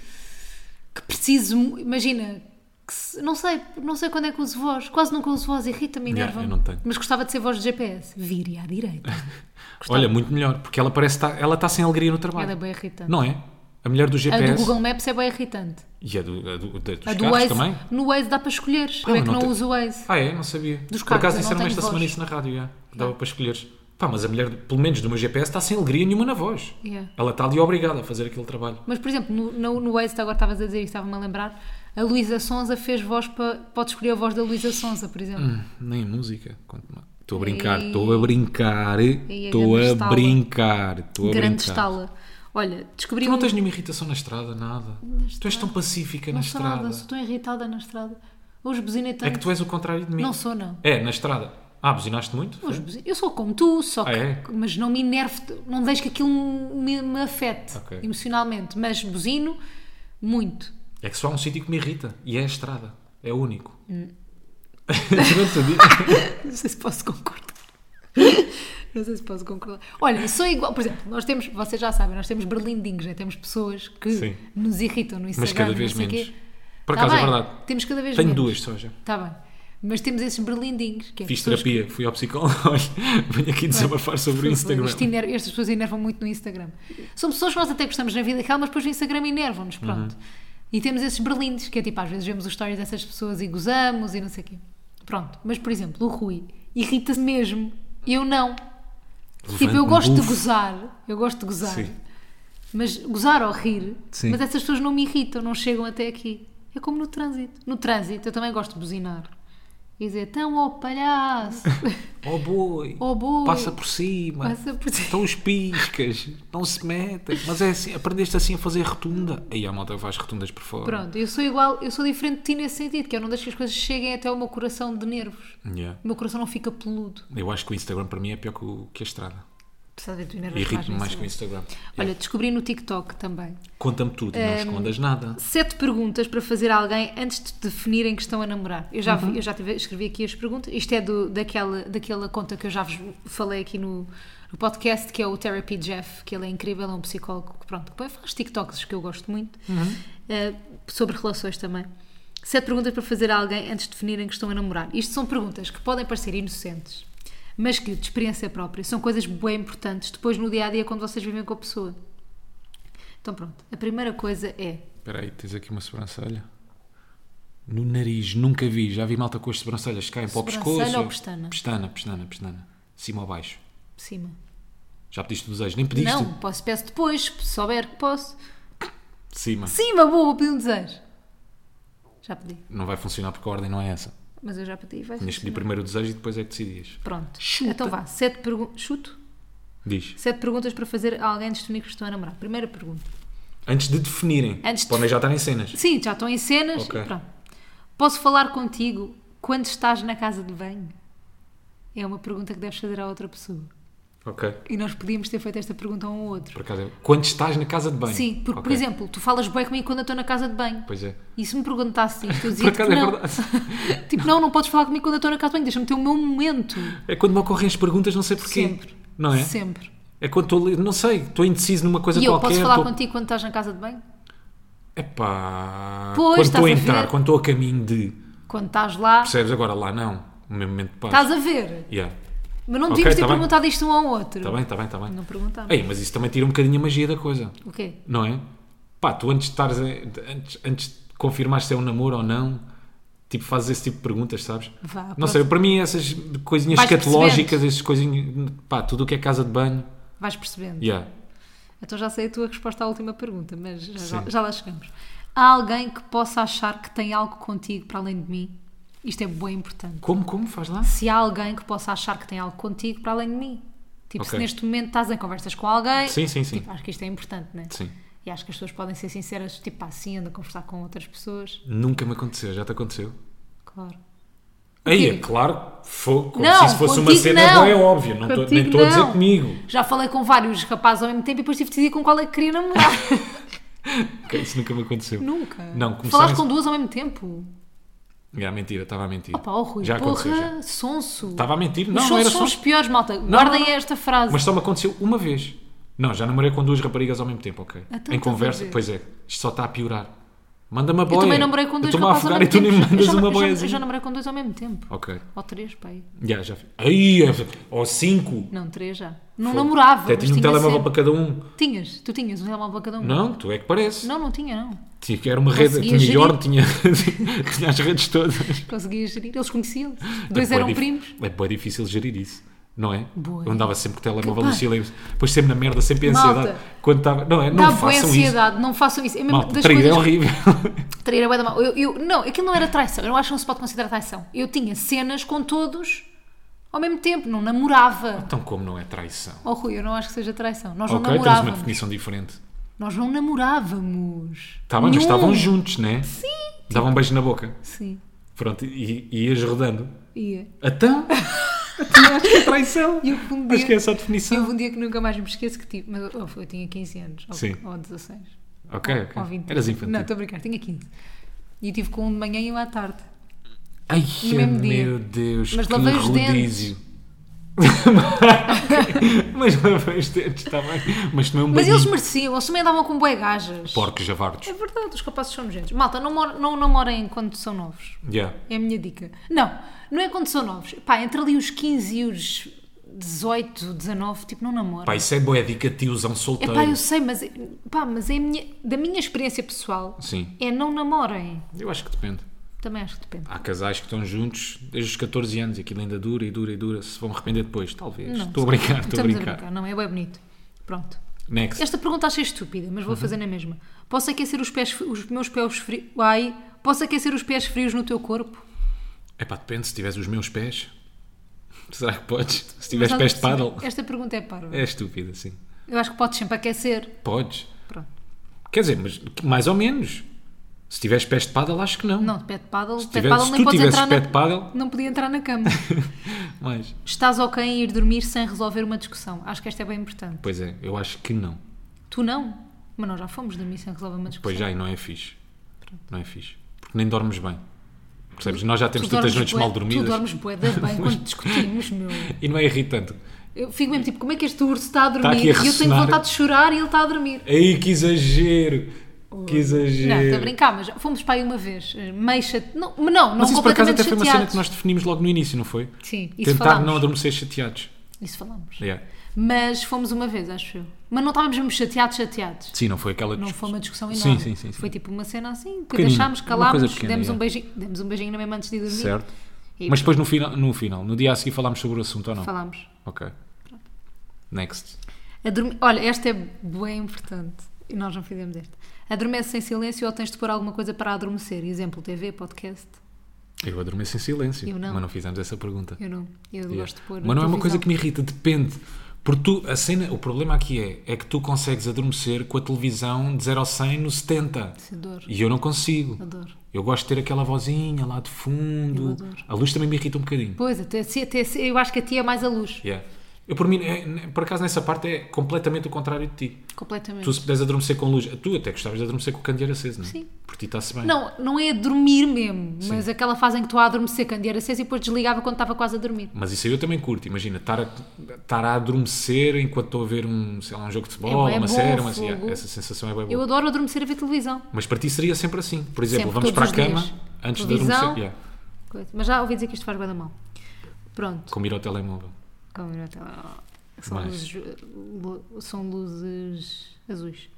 Speaker 1: que precise, mu- imagina, que se- não sei, não sei quando é que uso voz, quase nunca uso voz, irrita-me,
Speaker 2: Yeah,
Speaker 1: enerva
Speaker 2: eu não tenho.
Speaker 1: Mas gostava de ser voz de GPS, vire à direita. Gostava.
Speaker 2: Olha, muito melhor, porque ela parece estar, ela está sem alegria no trabalho.
Speaker 1: Ela é bem irritante.
Speaker 2: Não é? A mulher do
Speaker 1: a
Speaker 2: GPS
Speaker 1: do Google Maps é bem irritante.
Speaker 2: e a, do, a, do, da- dos
Speaker 1: a do
Speaker 2: carros
Speaker 1: Waze,
Speaker 2: também.
Speaker 1: no Waze dá para escolheres,
Speaker 2: Pá,
Speaker 1: eu é
Speaker 2: eu
Speaker 1: que
Speaker 2: não
Speaker 1: não,
Speaker 2: te-
Speaker 1: uso o Waze.
Speaker 2: Ah, é? Não sabia.
Speaker 1: Dos
Speaker 2: Por
Speaker 1: carros, eu
Speaker 2: acaso
Speaker 1: não
Speaker 2: disseram
Speaker 1: tenho
Speaker 2: esta
Speaker 1: voz.
Speaker 2: semana isso na rádio, já. dava para escolheres. Pá, mas a mulher, pelo menos do meu GPS, está sem alegria nenhuma na voz.
Speaker 1: Yeah.
Speaker 2: Ela está ali obrigada a fazer aquele trabalho.
Speaker 1: Mas, por exemplo, no, no, no Waze, agora estavas a dizer isto, estava-me a lembrar, a Luísa Sonza fez voz para... Pode escolher a voz da Luísa Sonza, por exemplo.
Speaker 2: Hum, Nem música. Quanto mais. Estou a brincar, estou a brincar,
Speaker 1: a
Speaker 2: estou
Speaker 1: grande
Speaker 2: a
Speaker 1: estala.
Speaker 2: brincar, estou a
Speaker 1: Grande
Speaker 2: brincar.
Speaker 1: estala. Olha, descobri
Speaker 2: Tu não
Speaker 1: um-
Speaker 2: tens nenhuma irritação na estrada, nada. Tu és tão pacífica na
Speaker 1: Não sou nada,
Speaker 2: estrada.
Speaker 1: sou tão irritada na estrada. Hoje buzinei tanto.
Speaker 2: É que tu és o contrário de mim.
Speaker 1: Não sou, não.
Speaker 2: É, na estrada. Ah, buzinaste muito? Foi?
Speaker 1: Hoje buzinei- Eu sou como tu, só que.
Speaker 2: Ah, é?
Speaker 1: Mas não me enerve, não deixo que aquilo me, me afete
Speaker 2: Ok.
Speaker 1: emocionalmente. Mas buzino muito.
Speaker 2: É que só há um sítio que me irrita e é a estrada. É o único.
Speaker 1: Hum.
Speaker 2: Durante o dia.
Speaker 1: Não sei se posso concordar. Não sei se posso concordar. Olha, sou igual. Por exemplo, nós temos, vocês já sabem, nós temos berlindinhos, né? temos pessoas que
Speaker 2: Sim.
Speaker 1: nos irritam no Instagram.
Speaker 2: Mas cada
Speaker 1: não
Speaker 2: vez
Speaker 1: sei o
Speaker 2: menos.
Speaker 1: Quê.
Speaker 2: Por
Speaker 1: Tá
Speaker 2: acaso é
Speaker 1: bem,
Speaker 2: verdade.
Speaker 1: Temos cada vez
Speaker 2: Tenho
Speaker 1: menos.
Speaker 2: duas só já.
Speaker 1: Está bem. Mas temos esses berlindinhos. Que é
Speaker 2: Fiz
Speaker 1: pessoas
Speaker 2: terapia, fui ao psicólogo. Olha, Venho aqui desabafar sobre o
Speaker 1: Por favor,
Speaker 2: Instagram.
Speaker 1: isto ener- estas pessoas enervam muito no Instagram. São pessoas que nós até gostamos na vida real, mas depois no Instagram enervam-nos,
Speaker 2: Uhum.
Speaker 1: pronto. E temos esses berlindes, que é tipo, às vezes vemos os stories dessas pessoas e gozamos e não sei o quê. Pronto, mas por exemplo, o Rui irrita-se mesmo. Eu não. tipo, eu
Speaker 2: Levanta-me,
Speaker 1: gosto de
Speaker 2: um bufo.
Speaker 1: gozar, eu gosto de gozar.
Speaker 2: Sim.
Speaker 1: Mas gozar ou rir,
Speaker 2: Sim.
Speaker 1: mas essas pessoas não me irritam, não chegam até aqui. É como no trânsito. No trânsito eu também gosto de buzinar. E dizer, tão ó palhaço,
Speaker 2: Oh boi,
Speaker 1: ó boi.
Speaker 2: passa por cima.
Speaker 1: Passa por cima.
Speaker 2: Estão os piscas, não se metem. Mas é assim, aprendeste assim a fazer rotunda. Aí a malta faz rotundas por fora.
Speaker 1: Pronto, eu sou igual, eu sou diferente de ti nesse sentido, que eu não deixo que as coisas cheguem até ao meu coração de nervos.
Speaker 2: Yeah.
Speaker 1: O meu coração não fica peludo.
Speaker 2: Eu acho que o Instagram para mim é pior que, o- que a estrada.
Speaker 1: Apesar de tu enervas
Speaker 2: Irrito-me mais com o
Speaker 1: isso.
Speaker 2: Instagram.
Speaker 1: Olha, ehm, descobri no TikTok também.
Speaker 2: Conta-me tudo, não escondas nada.
Speaker 1: Sete perguntas para fazer a alguém antes de definirem que estão a namorar. Eu já, vi- eu já tive- escrevi aqui as perguntas. Isto é do, daquela, daquela conta que eu já vos falei aqui no, no podcast, que é o Therapy Jeff, que ele é incrível, é um psicólogo que pronto, que põe- faz TikToks que eu gosto muito, eh, sobre relações também. Sete perguntas para fazer a alguém antes de definirem que estão a namorar. Isto são perguntas que podem parecer inocentes, mas que, de experiência própria, são coisas bem importantes depois no dia a dia quando vocês vivem com a pessoa. Então pronto, a primeira coisa é
Speaker 2: Espera aí, tens aqui uma sobrancelha. No nariz, nunca vi. Já vi malta com as sobrancelhas que caem para o pescoço.
Speaker 1: Sobrancelha ou pestana?
Speaker 2: Pestana, pestana, pestana. Cima ou baixo.
Speaker 1: por cima.
Speaker 2: Já pediste o desejo, nem pediste.
Speaker 1: Não, posso, peço depois, se souber que posso.
Speaker 2: Cima.
Speaker 1: Sim, uma boa, vou pedir um desejo. Já pedi,
Speaker 2: Não vai funcionar porque a ordem não é essa.
Speaker 1: mas eu já pedi, vai
Speaker 2: Tinhas que pedir
Speaker 1: funcionar.
Speaker 2: primeiro o desejo e depois é que decidias.
Speaker 1: Pronto,
Speaker 2: Chuta.
Speaker 1: então vá, sete perguntas. Chuto?
Speaker 2: Diz.
Speaker 1: Sete perguntas para fazer a alguém antes de definir que estão a namorar. Primeira pergunta.
Speaker 2: Antes de definirem.
Speaker 1: Antes de-
Speaker 2: Podem já estar em cenas.
Speaker 1: Sim, já estão em cenas.
Speaker 2: Ok.
Speaker 1: Pronto. Posso falar contigo quando estás na casa de banho? É uma pergunta que deves fazer à outra pessoa.
Speaker 2: Ok.
Speaker 1: E nós podíamos ter feito esta pergunta um ao outro.
Speaker 2: Por acaso, é- quando estás na casa de banho.
Speaker 1: Sim, porque, por
Speaker 2: Ok.
Speaker 1: exemplo, tu falas bem comigo quando eu estou na casa de banho.
Speaker 2: Pois é.
Speaker 1: E se me perguntasse isto, eu
Speaker 2: Por
Speaker 1: dizia que
Speaker 2: acaso é
Speaker 1: não.
Speaker 2: verdade.
Speaker 1: tipo, não, não podes falar comigo quando eu estou na casa de banho, deixa-me ter o meu momento.
Speaker 2: É quando me ocorrem as perguntas, não sei porquê.
Speaker 1: Sempre.
Speaker 2: Não é?
Speaker 1: Sempre.
Speaker 2: É quando estou, ali- não sei, estou indeciso numa coisa
Speaker 1: E eu
Speaker 2: qualquer.
Speaker 1: posso falar
Speaker 2: estou-
Speaker 1: contigo quando estás na casa de banho?
Speaker 2: Epá,
Speaker 1: Pois,
Speaker 2: quando
Speaker 1: estás
Speaker 2: estou a
Speaker 1: a
Speaker 2: entrar,
Speaker 1: ver?
Speaker 2: quando estou a caminho de.
Speaker 1: Quando estás lá,
Speaker 2: Percebes agora lá, não. O meu momento de paz.
Speaker 1: estás a ver.
Speaker 2: Yeah.
Speaker 1: Mas não
Speaker 2: Ok,
Speaker 1: devíamos ter
Speaker 2: tá bem.
Speaker 1: perguntado isto um ao outro.
Speaker 2: Está bem, está bem, está bem.
Speaker 1: Não perguntámos.
Speaker 2: Ei, mas isso também tira um bocadinho a magia da coisa,
Speaker 1: O quê?
Speaker 2: não é? Pá, tu antes de, estares em- antes, antes de confirmar se é um namoro ou não, tipo, fazes esse tipo de perguntas, sabes?
Speaker 1: Vá,
Speaker 2: não
Speaker 1: pronto.
Speaker 2: sei, para mim é essas coisinhas
Speaker 1: Vais
Speaker 2: escatológicas,
Speaker 1: percebendo.
Speaker 2: essas coisinhas, pá, tudo o que é casa de banho,
Speaker 1: Vais percebendo.
Speaker 2: yeah.
Speaker 1: Então já sei a tua resposta à última pergunta, mas já, já-
Speaker 2: Sim.
Speaker 1: já lá chegamos. Há alguém que possa achar que tem algo contigo para além de mim? Isto é bem importante.
Speaker 2: Como, como, faz lá?
Speaker 1: Se há alguém que possa achar que tem algo contigo para além de mim. Tipo, se
Speaker 2: Ok.
Speaker 1: neste momento estás em conversas com alguém.
Speaker 2: Sim, sim, sim.
Speaker 1: tipo, acho que isto é importante, não é?
Speaker 2: Sim.
Speaker 1: E acho que as pessoas podem ser sinceras, tipo, pá, sim, anda a conversar com outras pessoas.
Speaker 2: Nunca me aconteceu, já te aconteceu?
Speaker 1: Claro.
Speaker 2: Aí,
Speaker 1: quê?
Speaker 2: é claro, fogo, como
Speaker 1: Não,
Speaker 2: se isso fosse uma
Speaker 1: contigo
Speaker 2: cena,
Speaker 1: não.
Speaker 2: é óbvio, não tô- nem
Speaker 1: Contigo
Speaker 2: estou a dizer
Speaker 1: não.
Speaker 2: comigo.
Speaker 1: Já falei com vários rapazes ao mesmo tempo e depois tive de decidir com qual é que queria namorar.
Speaker 2: Ok, Isso nunca me aconteceu.
Speaker 1: Nunca.
Speaker 2: Não,
Speaker 1: Falaste
Speaker 2: começaram-
Speaker 1: com duas ao mesmo tempo.
Speaker 2: Yeah, mentira, estava a mentir.
Speaker 1: Opa, oh, Rui,
Speaker 2: já aconteceu, já.
Speaker 1: porra, sonso.
Speaker 2: Estava a mentir,
Speaker 1: Os
Speaker 2: não, não
Speaker 1: sons
Speaker 2: era
Speaker 1: são
Speaker 2: só.
Speaker 1: os piores, malta. Guardem
Speaker 2: não, não.
Speaker 1: esta frase.
Speaker 2: Mas só me aconteceu uma vez. Não, já namorei com duas raparigas ao mesmo tempo, ok.
Speaker 1: Então,
Speaker 2: em
Speaker 1: estás a
Speaker 2: conversa,
Speaker 1: ver.
Speaker 2: pois é, isto só está a piorar. Manda-me a boia.
Speaker 1: eu também namorei com
Speaker 2: Eu
Speaker 1: dois
Speaker 2: estou-me a
Speaker 1: rapazes ao
Speaker 2: afogar
Speaker 1: mesmo
Speaker 2: e
Speaker 1: tempo.
Speaker 2: tu nem me
Speaker 1: Eu
Speaker 2: mandas
Speaker 1: já-
Speaker 2: uma
Speaker 1: eu já-
Speaker 2: boiazinha.
Speaker 1: Eu já namorei com dois ao mesmo tempo.
Speaker 2: Ok,
Speaker 1: Ou três, pai.
Speaker 2: já, já. Aí, é- ou cinco.
Speaker 1: Não, três já. Não namorava.
Speaker 2: Até
Speaker 1: mas
Speaker 2: tinha um
Speaker 1: tinha
Speaker 2: telemóvel
Speaker 1: sempre.
Speaker 2: para cada um.
Speaker 1: Tinhas, tu tinhas um telemóvel para cada um.
Speaker 2: Não, tu é que parece.
Speaker 1: Não, não tinha, não.
Speaker 2: Tinha, era uma rede,
Speaker 1: Conseguia
Speaker 2: tinha
Speaker 1: gerir.
Speaker 2: Yorn, tinha, tinha as redes todas.
Speaker 1: Conseguias gerir. Eles conheciam Dois
Speaker 2: É bué
Speaker 1: eram
Speaker 2: dif-
Speaker 1: primos.
Speaker 2: É bem difícil gerir isso, não é?
Speaker 1: Bué.
Speaker 2: Eu andava sempre com o telemóvel
Speaker 1: Que
Speaker 2: no
Speaker 1: pá.
Speaker 2: silêncio, depois sempre na merda, sempre em
Speaker 1: Malta.
Speaker 2: ansiedade. Quando estava. Não é? Não
Speaker 1: Dá boa
Speaker 2: façam isso.
Speaker 1: ansiedade, não façam isso. É mesmo
Speaker 2: Malta,
Speaker 1: das
Speaker 2: trair é
Speaker 1: coisas-
Speaker 2: horrível.
Speaker 1: Trair é bué da mal. Eu, eu- não, aquilo não era traição. Eu não acho que não se pode considerar traição. Eu tinha cenas com todos ao mesmo tempo. Não namorava.
Speaker 2: então, como não é traição?
Speaker 1: Oh, Rui, eu não acho que seja traição. Nós não
Speaker 2: ok, temos uma
Speaker 1: namorávamos.
Speaker 2: definição diferente.
Speaker 1: Nós não namorávamos.
Speaker 2: Tá bem, mas
Speaker 1: Nenhum.
Speaker 2: estavam juntos, né? Sim. Davam um beijo na boca.
Speaker 1: Sim,
Speaker 2: Pronto, e, e ias rodando.
Speaker 1: ia.
Speaker 2: Então? então acho que é traição.
Speaker 1: E eu fui um dia,
Speaker 2: Acho que é essa a
Speaker 1: e
Speaker 2: definição.
Speaker 1: houve um dia que nunca mais me esqueço que tive. Mas oh, eu, eu tinha 15 anos, ou,
Speaker 2: Sim.
Speaker 1: ou 16.
Speaker 2: Ok,
Speaker 1: ou,
Speaker 2: ok.
Speaker 1: ou 20.
Speaker 2: Eras
Speaker 1: Oh, Não,
Speaker 2: infantil.
Speaker 1: estou a brincar, tinha 15. E eu tive com um de manhã e um à tarde.
Speaker 2: Ai,
Speaker 1: no mesmo dia.
Speaker 2: meu Deus,
Speaker 1: Mas
Speaker 2: que
Speaker 1: lavei os
Speaker 2: rodízio. mas lavei os dentes, está bem. Mas tomei um
Speaker 1: Mas
Speaker 2: banho.
Speaker 1: eles mereciam, eles também andavam com bué gajas.
Speaker 2: Porcos javardos.
Speaker 1: É verdade, os rapazes são nojentos. Malta, não, mor, não namorem quando são novos.
Speaker 2: Yeah.
Speaker 1: É a minha dica. Não, não é quando são novos. Pá, entre ali os 15 e os 18, 19, tipo, não namorem.
Speaker 2: Pá, isso é boa dica, tiozão
Speaker 1: É
Speaker 2: solteiro.
Speaker 1: pá, eu sei, mas, pá, mas é a minha- da minha experiência pessoal
Speaker 2: Sim.
Speaker 1: é não namorem.
Speaker 2: eu acho que depende.
Speaker 1: Também acho que depende.
Speaker 2: Há casais que estão juntos desde os 14 anos e aquilo ainda dura e dura e dura. Se vão arrepender depois, talvez.
Speaker 1: Não,
Speaker 2: estou a brincar, estou a
Speaker 1: Estamos
Speaker 2: brincar.
Speaker 1: não é bem bonito. Pronto.
Speaker 2: Next.
Speaker 1: Esta pergunta achei estúpida, mas
Speaker 2: Uhum.
Speaker 1: vou fazer na mesma. Posso aquecer os, pés, fri- os meus pés frios. Ai, posso aquecer os pés frios no teu corpo?
Speaker 2: É pá, depende. Se tiveres os meus pés, será que podes? Se
Speaker 1: Mas
Speaker 2: tiveres
Speaker 1: há de
Speaker 2: pés de
Speaker 1: perceber.
Speaker 2: paddle,
Speaker 1: Esta pergunta é parva.
Speaker 2: é estúpida, sim.
Speaker 1: Eu acho que podes sempre aquecer.
Speaker 2: Podes.
Speaker 1: Pronto.
Speaker 2: Quer dizer, mas mais ou menos. Se tiveres pés de paddle, acho que não.
Speaker 1: Não, de pé de paddle.
Speaker 2: se,
Speaker 1: de pé de
Speaker 2: tiveres-
Speaker 1: paddle
Speaker 2: se
Speaker 1: nem
Speaker 2: tu
Speaker 1: podes
Speaker 2: tivesses
Speaker 1: entrar
Speaker 2: pé
Speaker 1: na...
Speaker 2: de paddle,
Speaker 1: Não podia entrar na cama.
Speaker 2: mas.
Speaker 1: Estás ok em ir dormir sem resolver uma discussão. Acho que esta é bem importante.
Speaker 2: Pois é, eu acho que não.
Speaker 1: Tu não? Mas nós já fomos dormir sem resolver uma discussão.
Speaker 2: Pois já, e não é fixe. Não é fixe. Porque nem dormes bem. Percebes? Nós já temos tantas
Speaker 1: dormes
Speaker 2: noites
Speaker 1: bué-
Speaker 2: mal
Speaker 1: Tu
Speaker 2: dormidas
Speaker 1: dormes bué da bem quando discutimos, meu.
Speaker 2: e não é irritante.
Speaker 1: Eu fico mesmo tipo, como é que este urso está a dormir? e
Speaker 2: aqui a
Speaker 1: eu tenho
Speaker 2: ressonar.
Speaker 1: vontade de chorar e ele está a dormir.
Speaker 2: Aí que exagero! Que
Speaker 1: Não, estou a
Speaker 2: exagero!
Speaker 1: brincar, mas fomos para aí uma vez. eh, Meio chate... Não, mas não, não
Speaker 2: Eh, Mas isso por acaso
Speaker 1: completamente
Speaker 2: até foi uma cena
Speaker 1: chateados.
Speaker 2: que nós definimos logo no início, não foi?
Speaker 1: Sim, isso
Speaker 2: Tentar
Speaker 1: falámos.
Speaker 2: não adormecer chateados.
Speaker 1: Isso falámos.
Speaker 2: Yeah.
Speaker 1: Mas fomos uma vez, acho eu. Mas não estávamos mesmo chateados, chateados.
Speaker 2: Sim, não foi aquela
Speaker 1: Não
Speaker 2: discussão.
Speaker 1: foi uma discussão
Speaker 2: Sim,
Speaker 1: enorme.
Speaker 2: sim, sim, sim.
Speaker 1: Foi tipo uma cena assim, que
Speaker 2: Pequenina,
Speaker 1: deixámos,
Speaker 2: uma
Speaker 1: calámos,
Speaker 2: coisa pequena,
Speaker 1: demos, um
Speaker 2: yeah.
Speaker 1: beijinho, demos um beijinho na mesma antes de dormir.
Speaker 2: Certo.
Speaker 1: E
Speaker 2: Mas depois no final, no final, no dia a seguir falámos sobre o assunto ou não?
Speaker 1: falámos.
Speaker 2: Ok. Next.
Speaker 1: A dormi- Olha, esta é bem importante. E nós não fizemos esta. Adormeces em silêncio ou tens de pôr alguma coisa para adormecer? Exemplo, TV, podcast?
Speaker 2: Eu adormeço em silêncio,
Speaker 1: Eu não.
Speaker 2: mas não fizemos essa pergunta.
Speaker 1: Eu não. Eu
Speaker 2: Yeah.
Speaker 1: gosto de pôr.
Speaker 2: Mas não é uma coisa
Speaker 1: televisão.
Speaker 2: que me irrita, depende. Porque tu, a cena, o problema aqui é, é que tu consegues adormecer com a televisão de 0 ao 100 no 70.
Speaker 1: Isso, Adoro.
Speaker 2: E eu não consigo.
Speaker 1: Adoro.
Speaker 2: Eu gosto de ter aquela vozinha lá de
Speaker 1: Eu
Speaker 2: fundo.
Speaker 1: adoro.
Speaker 2: A luz também me irrita um bocadinho.
Speaker 1: Pois, até, se- até, se- eu acho que a ti é mais a luz.
Speaker 2: Yeah. Eu, por mim, é- ne- por acaso, nessa parte é completamente o contrário de ti.
Speaker 1: Completamente.
Speaker 2: Tu, se puderes adormecer com luz, tu até gostavas de adormecer com o candeeiro aceso, não é?
Speaker 1: Sim.
Speaker 2: Por ti está-se bem.
Speaker 1: Não, não é dormir mesmo, mas aquela fase em que tu a adormecer, candeeiro aceso e depois desligava quando estava quase a dormir.
Speaker 2: Mas isso aí eu também curto. Imagina, estar a, estar a adormecer enquanto estou a ver um, sei lá, um jogo de futebol,
Speaker 1: É bué
Speaker 2: uma
Speaker 1: bom,
Speaker 2: série, uma,
Speaker 1: fogo.
Speaker 2: essa sensação é bem boa.
Speaker 1: Eu adoro adormecer a ver televisão.
Speaker 2: Mas para ti seria sempre assim. Por exemplo,
Speaker 1: Sempre,
Speaker 2: vamos para a
Speaker 1: todos os
Speaker 2: cama
Speaker 1: dias.
Speaker 2: antes de
Speaker 1: Televisão.
Speaker 2: adormecer. Yeah.
Speaker 1: Coisa. Mas já ouvi dizer que isto faz bem da mão. Pronto.
Speaker 2: Como ir ao telemóvel.
Speaker 1: Como era aquela- São
Speaker 2: Mais.
Speaker 1: luzes, lu- são luzes azuis.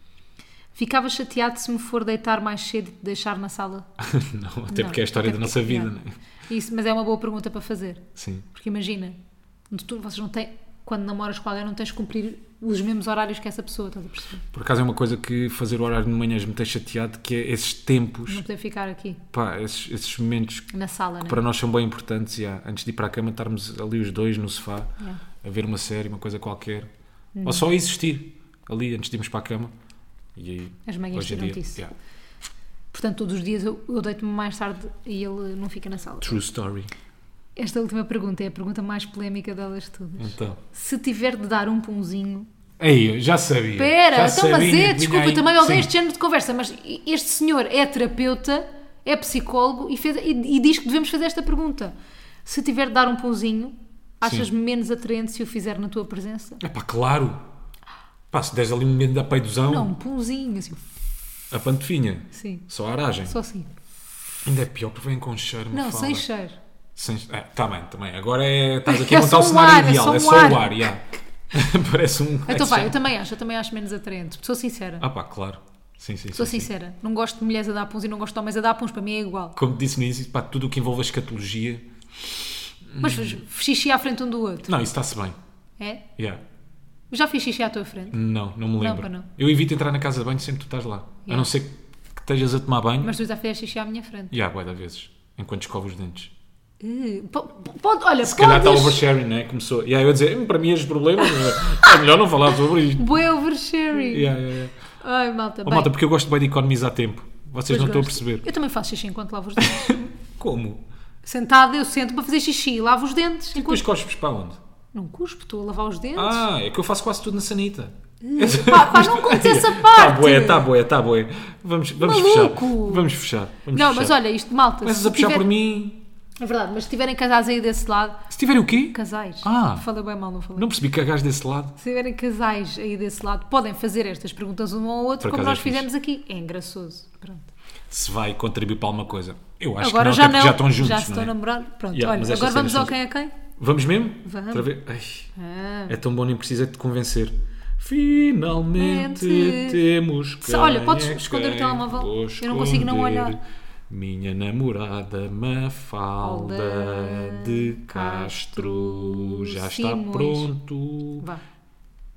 Speaker 1: Ficava chateado se me for deitar mais cedo e te deixar na sala?
Speaker 2: não, até
Speaker 1: Não,
Speaker 2: porque é a história
Speaker 1: até
Speaker 2: da nossa
Speaker 1: porque-
Speaker 2: vida,
Speaker 1: não.
Speaker 2: não é?
Speaker 1: Isso, mas é uma boa pergunta para fazer.
Speaker 2: Sim.
Speaker 1: Porque imagina, tu, vocês não têm, quando namoras com alguém, não tens de cumprir os mesmos horários que essa pessoa, estás a perceber?
Speaker 2: Por acaso é uma coisa que fazer o horário de manhãs me tem chateado, que é esses tempos,
Speaker 1: Não poder ficar aqui,
Speaker 2: pá, esses, esses momentos que
Speaker 1: na sala, né?
Speaker 2: para nós são bem importantes, já. antes de ir para a cama estarmos ali os dois no sofá,
Speaker 1: Yeah.
Speaker 2: a ver uma série, uma coisa qualquer,
Speaker 1: Uhum.
Speaker 2: ou só existir ali antes de irmos para a cama. E aí,
Speaker 1: As manhãs
Speaker 2: hoje em
Speaker 1: tiram-te
Speaker 2: dia,
Speaker 1: isso.
Speaker 2: yeah.
Speaker 1: Portanto, todos os dias eu, eu deito-me mais tarde e ele não fica na sala.
Speaker 2: True story.
Speaker 1: Esta última pergunta é a pergunta mais polémica delas todas.
Speaker 2: Então.
Speaker 1: Se tiver de dar um pãozinho.
Speaker 2: Aí, eu já sabia.
Speaker 1: Pera,
Speaker 2: É. já
Speaker 1: então,
Speaker 2: sabia
Speaker 1: mas
Speaker 2: que
Speaker 1: é,
Speaker 2: vinha
Speaker 1: desculpa,
Speaker 2: aí.
Speaker 1: eu também odeio
Speaker 2: Sim.
Speaker 1: este género de conversa, mas este senhor é terapeuta, é psicólogo e, fez- e- e diz que devemos fazer esta pergunta. Se tiver de dar um pãozinho, achas-me menos atraente se eu fizer na tua presença?
Speaker 2: É pá, claro. Pá, se deres ali um momento da peidozão,
Speaker 1: Não, um pãozinho, assim,
Speaker 2: a pantofinha.
Speaker 1: sim,
Speaker 2: Só a aragem.
Speaker 1: só assim.
Speaker 2: Ainda é pior porque vem com cheiro,
Speaker 1: Não,
Speaker 2: Mafalda.
Speaker 1: sem cheiro.
Speaker 2: Sem... É, tá bem, também. Agora é... estás aqui
Speaker 1: É
Speaker 2: a montar
Speaker 1: só
Speaker 2: o
Speaker 1: um
Speaker 2: cenário
Speaker 1: ar, é
Speaker 2: ideal.
Speaker 1: só um
Speaker 2: É só,
Speaker 1: ar.
Speaker 2: o ar, já. Parece um...
Speaker 1: Então vai, eu também acho, eu também acho menos atraente. Sou sincera.
Speaker 2: Ah pá, claro. Sim, sim,
Speaker 1: Sou assim,
Speaker 2: sim, sim.
Speaker 1: sincera. Não gosto de mulheres a dar pãozinho, não gosto de homens a dar pães, para mim é igual.
Speaker 2: Como disse no início, pá, tudo o que envolve a escatologia...
Speaker 1: Mas fiz
Speaker 2: Uhum.
Speaker 1: xixi à frente um do outro.
Speaker 2: Não, isso está-se bem.
Speaker 1: É?
Speaker 2: Yeah.
Speaker 1: Já fiz xixi à tua frente.
Speaker 2: Não, não me lembro.
Speaker 1: pá, não.
Speaker 2: Eu evito entrar na casa de banho sempre que tu estás lá.
Speaker 1: Yeah.
Speaker 2: A não ser que estejas a tomar banho.
Speaker 1: Mas tu já fizeste xixi à minha frente.
Speaker 2: Já, bué da vezes. Enquanto escovo os dentes.
Speaker 1: Eh, po- po- pode, olha,
Speaker 2: Se calhar está
Speaker 1: podes...
Speaker 2: oversharing, né? Começou. E aí eu a dizer, "Hum, para mim és problema, é melhor não falar sobre isto.
Speaker 1: Bué oversharing.
Speaker 2: Yeah, yeah, yeah.
Speaker 1: Ai, malta,
Speaker 2: Oh,
Speaker 1: bem,
Speaker 2: malta, porque eu gosto bem de economizar tempo.
Speaker 1: depois
Speaker 2: Vocês não estão a
Speaker 1: gosto.
Speaker 2: perceber.
Speaker 1: Eu também faço xixi enquanto lavo os dentes.
Speaker 2: Como?
Speaker 1: Sentada, eu sento para fazer xixi e lavo os dentes.
Speaker 2: Depois
Speaker 1: Enquanto...
Speaker 2: cospes para onde?
Speaker 1: Não cuspo, estou a lavar os dentes.
Speaker 2: Ah, é que eu faço quase tudo na sanita.
Speaker 1: Hum, pá, pá, não contes essa
Speaker 2: Tá
Speaker 1: parte.
Speaker 2: boé, tá boé, tá boé. Vamos, vamos fechar.
Speaker 1: Maluco.
Speaker 2: Vamos fechar. Vamos
Speaker 1: Não,
Speaker 2: fechar.
Speaker 1: mas olha, isto, malta.
Speaker 2: Começas
Speaker 1: se
Speaker 2: a puxar
Speaker 1: tiver-
Speaker 2: por mim.
Speaker 1: É verdade, mas se tiverem casais aí desse lado,
Speaker 2: Se tiver o quê?
Speaker 1: casais.
Speaker 2: Ah.
Speaker 1: Falei bem mal, não falei?
Speaker 2: Não percebi que cagaste desse lado.
Speaker 1: Se tiverem casais aí desse lado, podem fazer estas perguntas um ao outro,
Speaker 2: Por
Speaker 1: como
Speaker 2: acaso
Speaker 1: nós
Speaker 2: é fixe.
Speaker 1: fizemos aqui. É engraçoso. Pronto.
Speaker 2: Se vai contribuir para alguma coisa. Eu acho
Speaker 1: agora
Speaker 2: que
Speaker 1: já
Speaker 2: não, até
Speaker 1: não.
Speaker 2: porque já estão juntos,
Speaker 1: já se
Speaker 2: não
Speaker 1: estão
Speaker 2: é?
Speaker 1: a namorar. Pronto,
Speaker 2: Yeah, mas
Speaker 1: olha,
Speaker 2: estas
Speaker 1: agora vamos ao
Speaker 2: cenas
Speaker 1: quem é quem?
Speaker 2: Vamos mesmo?
Speaker 1: Vamos.
Speaker 2: Outra vez? Ai.
Speaker 1: Ah.
Speaker 2: É tão bom, nem precisa te convencer. Finalmente
Speaker 1: Mente.
Speaker 2: temos é que.
Speaker 1: Se- olha, podes esconder o telemóvel? Eu não consigo não olhar.
Speaker 2: Minha namorada Mafalda
Speaker 1: Alda
Speaker 2: de Castro já
Speaker 1: Simões.
Speaker 2: está pronto.
Speaker 1: Vá.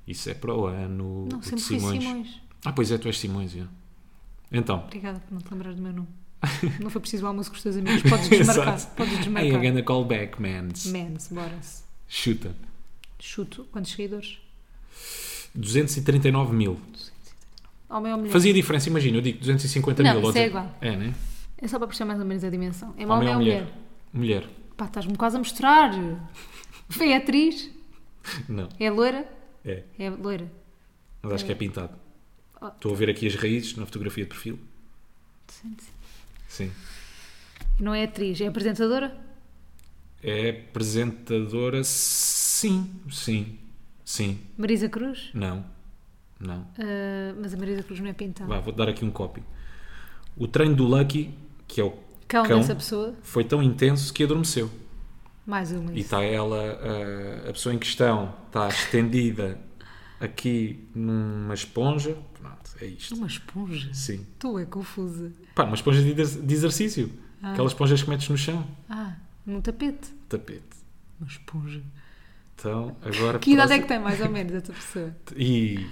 Speaker 2: Isso é para o ano.
Speaker 1: Não,
Speaker 2: o de
Speaker 1: sempre fui Simões.
Speaker 2: Ah, pois é, tu és Simões, é. Então.
Speaker 1: Obrigada por não te lembrar do meu nome. Não foi preciso o almoço com os teus amigos. Podes desmarcar.
Speaker 2: Exato.
Speaker 1: Podes
Speaker 2: Aí a
Speaker 1: desmarcar.
Speaker 2: ganda callback, mans.
Speaker 1: Mans, bora-se.
Speaker 2: Chuta.
Speaker 1: Chuto. Quantos seguidores?
Speaker 2: 239 mil.
Speaker 1: Homem ou mulher?
Speaker 2: Fazia diferença, imagina, eu digo 250
Speaker 1: Não,
Speaker 2: mil.
Speaker 1: isso
Speaker 2: ou
Speaker 1: é
Speaker 2: dizer-
Speaker 1: igual.
Speaker 2: É, né?
Speaker 1: É só para puxar mais ou menos a dimensão. É
Speaker 2: Homem
Speaker 1: homem,
Speaker 2: ou
Speaker 1: ou mulher?
Speaker 2: Mulher.
Speaker 1: Pá, estás-me quase a mostrar. É atriz?
Speaker 2: Não,
Speaker 1: É loira?
Speaker 2: é.
Speaker 1: É loira.
Speaker 2: Mas acho que é pintado.
Speaker 1: Oh.
Speaker 2: Estou a ver aqui as raízes na fotografia de perfil. Sim.
Speaker 1: Não é atriz, é apresentadora?
Speaker 2: É apresentadora? Sim. Sim. Sim.
Speaker 1: Marisa Cruz?
Speaker 2: Não. Não.
Speaker 1: Ah, mas a Marisa Cruz não é pintada.
Speaker 2: Vá, vou dar aqui um copy. O treino do Lucky, que é o
Speaker 1: Cão,
Speaker 2: cão,
Speaker 1: dessa pessoa?
Speaker 2: foi tão intenso que adormeceu.
Speaker 1: Mais uma.
Speaker 2: E
Speaker 1: isso.
Speaker 2: está ela, ah, a, a pessoa em questão, está estendida aqui numa esponja. Pronto, é isto.
Speaker 1: Uma esponja?
Speaker 2: Sim.
Speaker 1: Tu é confusa.
Speaker 2: Pá, uma esponja de, exer- de exercício. Aquelas esponjas que metes no chão.
Speaker 1: Ah, num tapete.
Speaker 2: Tapete.
Speaker 1: Uma esponja.
Speaker 2: Então, agora.
Speaker 1: Que idade é que tem, mais ou menos, essa pessoa?
Speaker 2: E.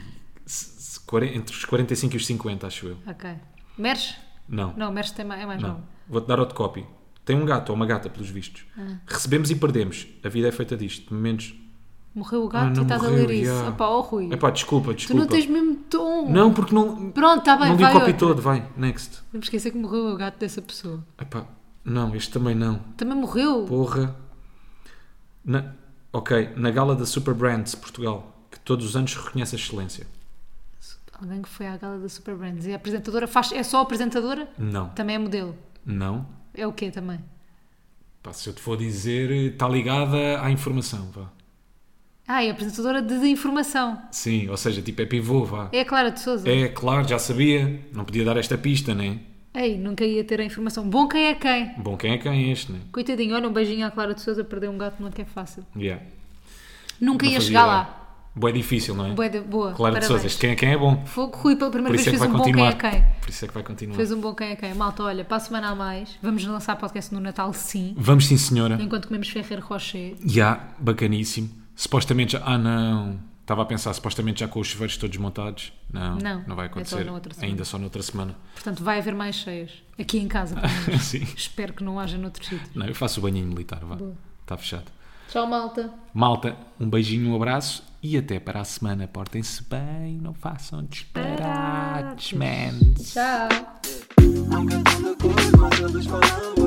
Speaker 2: se- se- quaren- Entre os 45 e os 50, acho eu.
Speaker 1: Ok. Meres?
Speaker 2: Não.
Speaker 1: Não, Meres tem mais, é mais
Speaker 2: não.
Speaker 1: novo.
Speaker 2: Vou-te dar outro copy. Tem um gato ou uma gata, pelos vistos.
Speaker 1: Ah.
Speaker 2: Recebemos e perdemos. A vida é feita disto. De Momentos.
Speaker 1: Morreu o
Speaker 2: Ah,
Speaker 1: gato
Speaker 2: não
Speaker 1: e estás a
Speaker 2: morreu,
Speaker 1: ler isso.
Speaker 2: já.
Speaker 1: Opá, oh Rui.
Speaker 2: Epá, desculpa,
Speaker 1: tu
Speaker 2: desculpa.
Speaker 1: não tens mesmo tom.
Speaker 2: Não, porque não.
Speaker 1: Pronto, está bem,
Speaker 2: não li o
Speaker 1: vai
Speaker 2: copy
Speaker 1: outra.
Speaker 2: todo, vai. Next.
Speaker 1: Não me esquecer que morreu o gato dessa pessoa.
Speaker 2: Epá, não, este também não.
Speaker 1: Também morreu.
Speaker 2: Porra. Na- Ok, na gala da Super Brands Portugal, que todos os anos reconhece a excelência.
Speaker 1: Alguém que foi à gala da Superbrands. E a apresentadora faz... É só apresentadora?
Speaker 2: Não.
Speaker 1: Também é modelo.
Speaker 2: Não.
Speaker 1: É o quê também?
Speaker 2: Pá, se eu te vou dizer, está ligada à informação, vá.
Speaker 1: Ah, é apresentadora de informação.
Speaker 2: Sim, ou seja, tipo é pivô, vá.
Speaker 1: É a Clara de Souza.
Speaker 2: É, claro, já sabia. Não podia dar esta pista, né?
Speaker 1: Ei, nunca ia ter a informação. Bom quem é quem?
Speaker 2: Bom, quem é quem é este, né?
Speaker 1: Coitadinho, olha um beijinho à Clara de Souza, perder um gato nunca é fácil.
Speaker 2: Yeah.
Speaker 1: Nunca
Speaker 2: Não
Speaker 1: ia
Speaker 2: fazia
Speaker 1: chegar
Speaker 2: ideia.
Speaker 1: lá.
Speaker 2: Boa difícil, não é?
Speaker 1: Boa, de- boa.
Speaker 2: Claro de
Speaker 1: parabéns.
Speaker 2: Sousa, este quem é quem é bom.
Speaker 1: Fogo Rui, pela primeira
Speaker 2: Por
Speaker 1: vez
Speaker 2: isso é
Speaker 1: fez
Speaker 2: que vai
Speaker 1: um bom quem é
Speaker 2: continuar.
Speaker 1: quem.
Speaker 2: Por isso é que vai continuar.
Speaker 1: Fez um bom quem é quem. Malta, olha, para a semana a mais, vamos lançar podcast no Natal, sim.
Speaker 2: Vamos sim, senhora.
Speaker 1: Enquanto comemos Ferreiro Rocher.
Speaker 2: Já, bacaníssimo. Supostamente já. Ah, não. Estava a pensar, supostamente já com os chuveiros todos montados. Não,
Speaker 1: Não,
Speaker 2: não, vai
Speaker 1: é só
Speaker 2: acontecer.
Speaker 1: na outra semana.
Speaker 2: Ainda só noutra semana.
Speaker 1: Portanto, vai haver mais cheias. Aqui em casa. pelo menos.
Speaker 2: sim.
Speaker 1: Espero que não haja noutros sítios.
Speaker 2: Não, eu faço o banhinho militar, vá. Está fechado.
Speaker 1: Tchau, malta.
Speaker 2: Malta, um beijinho, um abraço e até para a semana. Portem-se bem, não façam disparates, man.
Speaker 1: Tchau.
Speaker 3: I'm cantando coisas, mas eles falam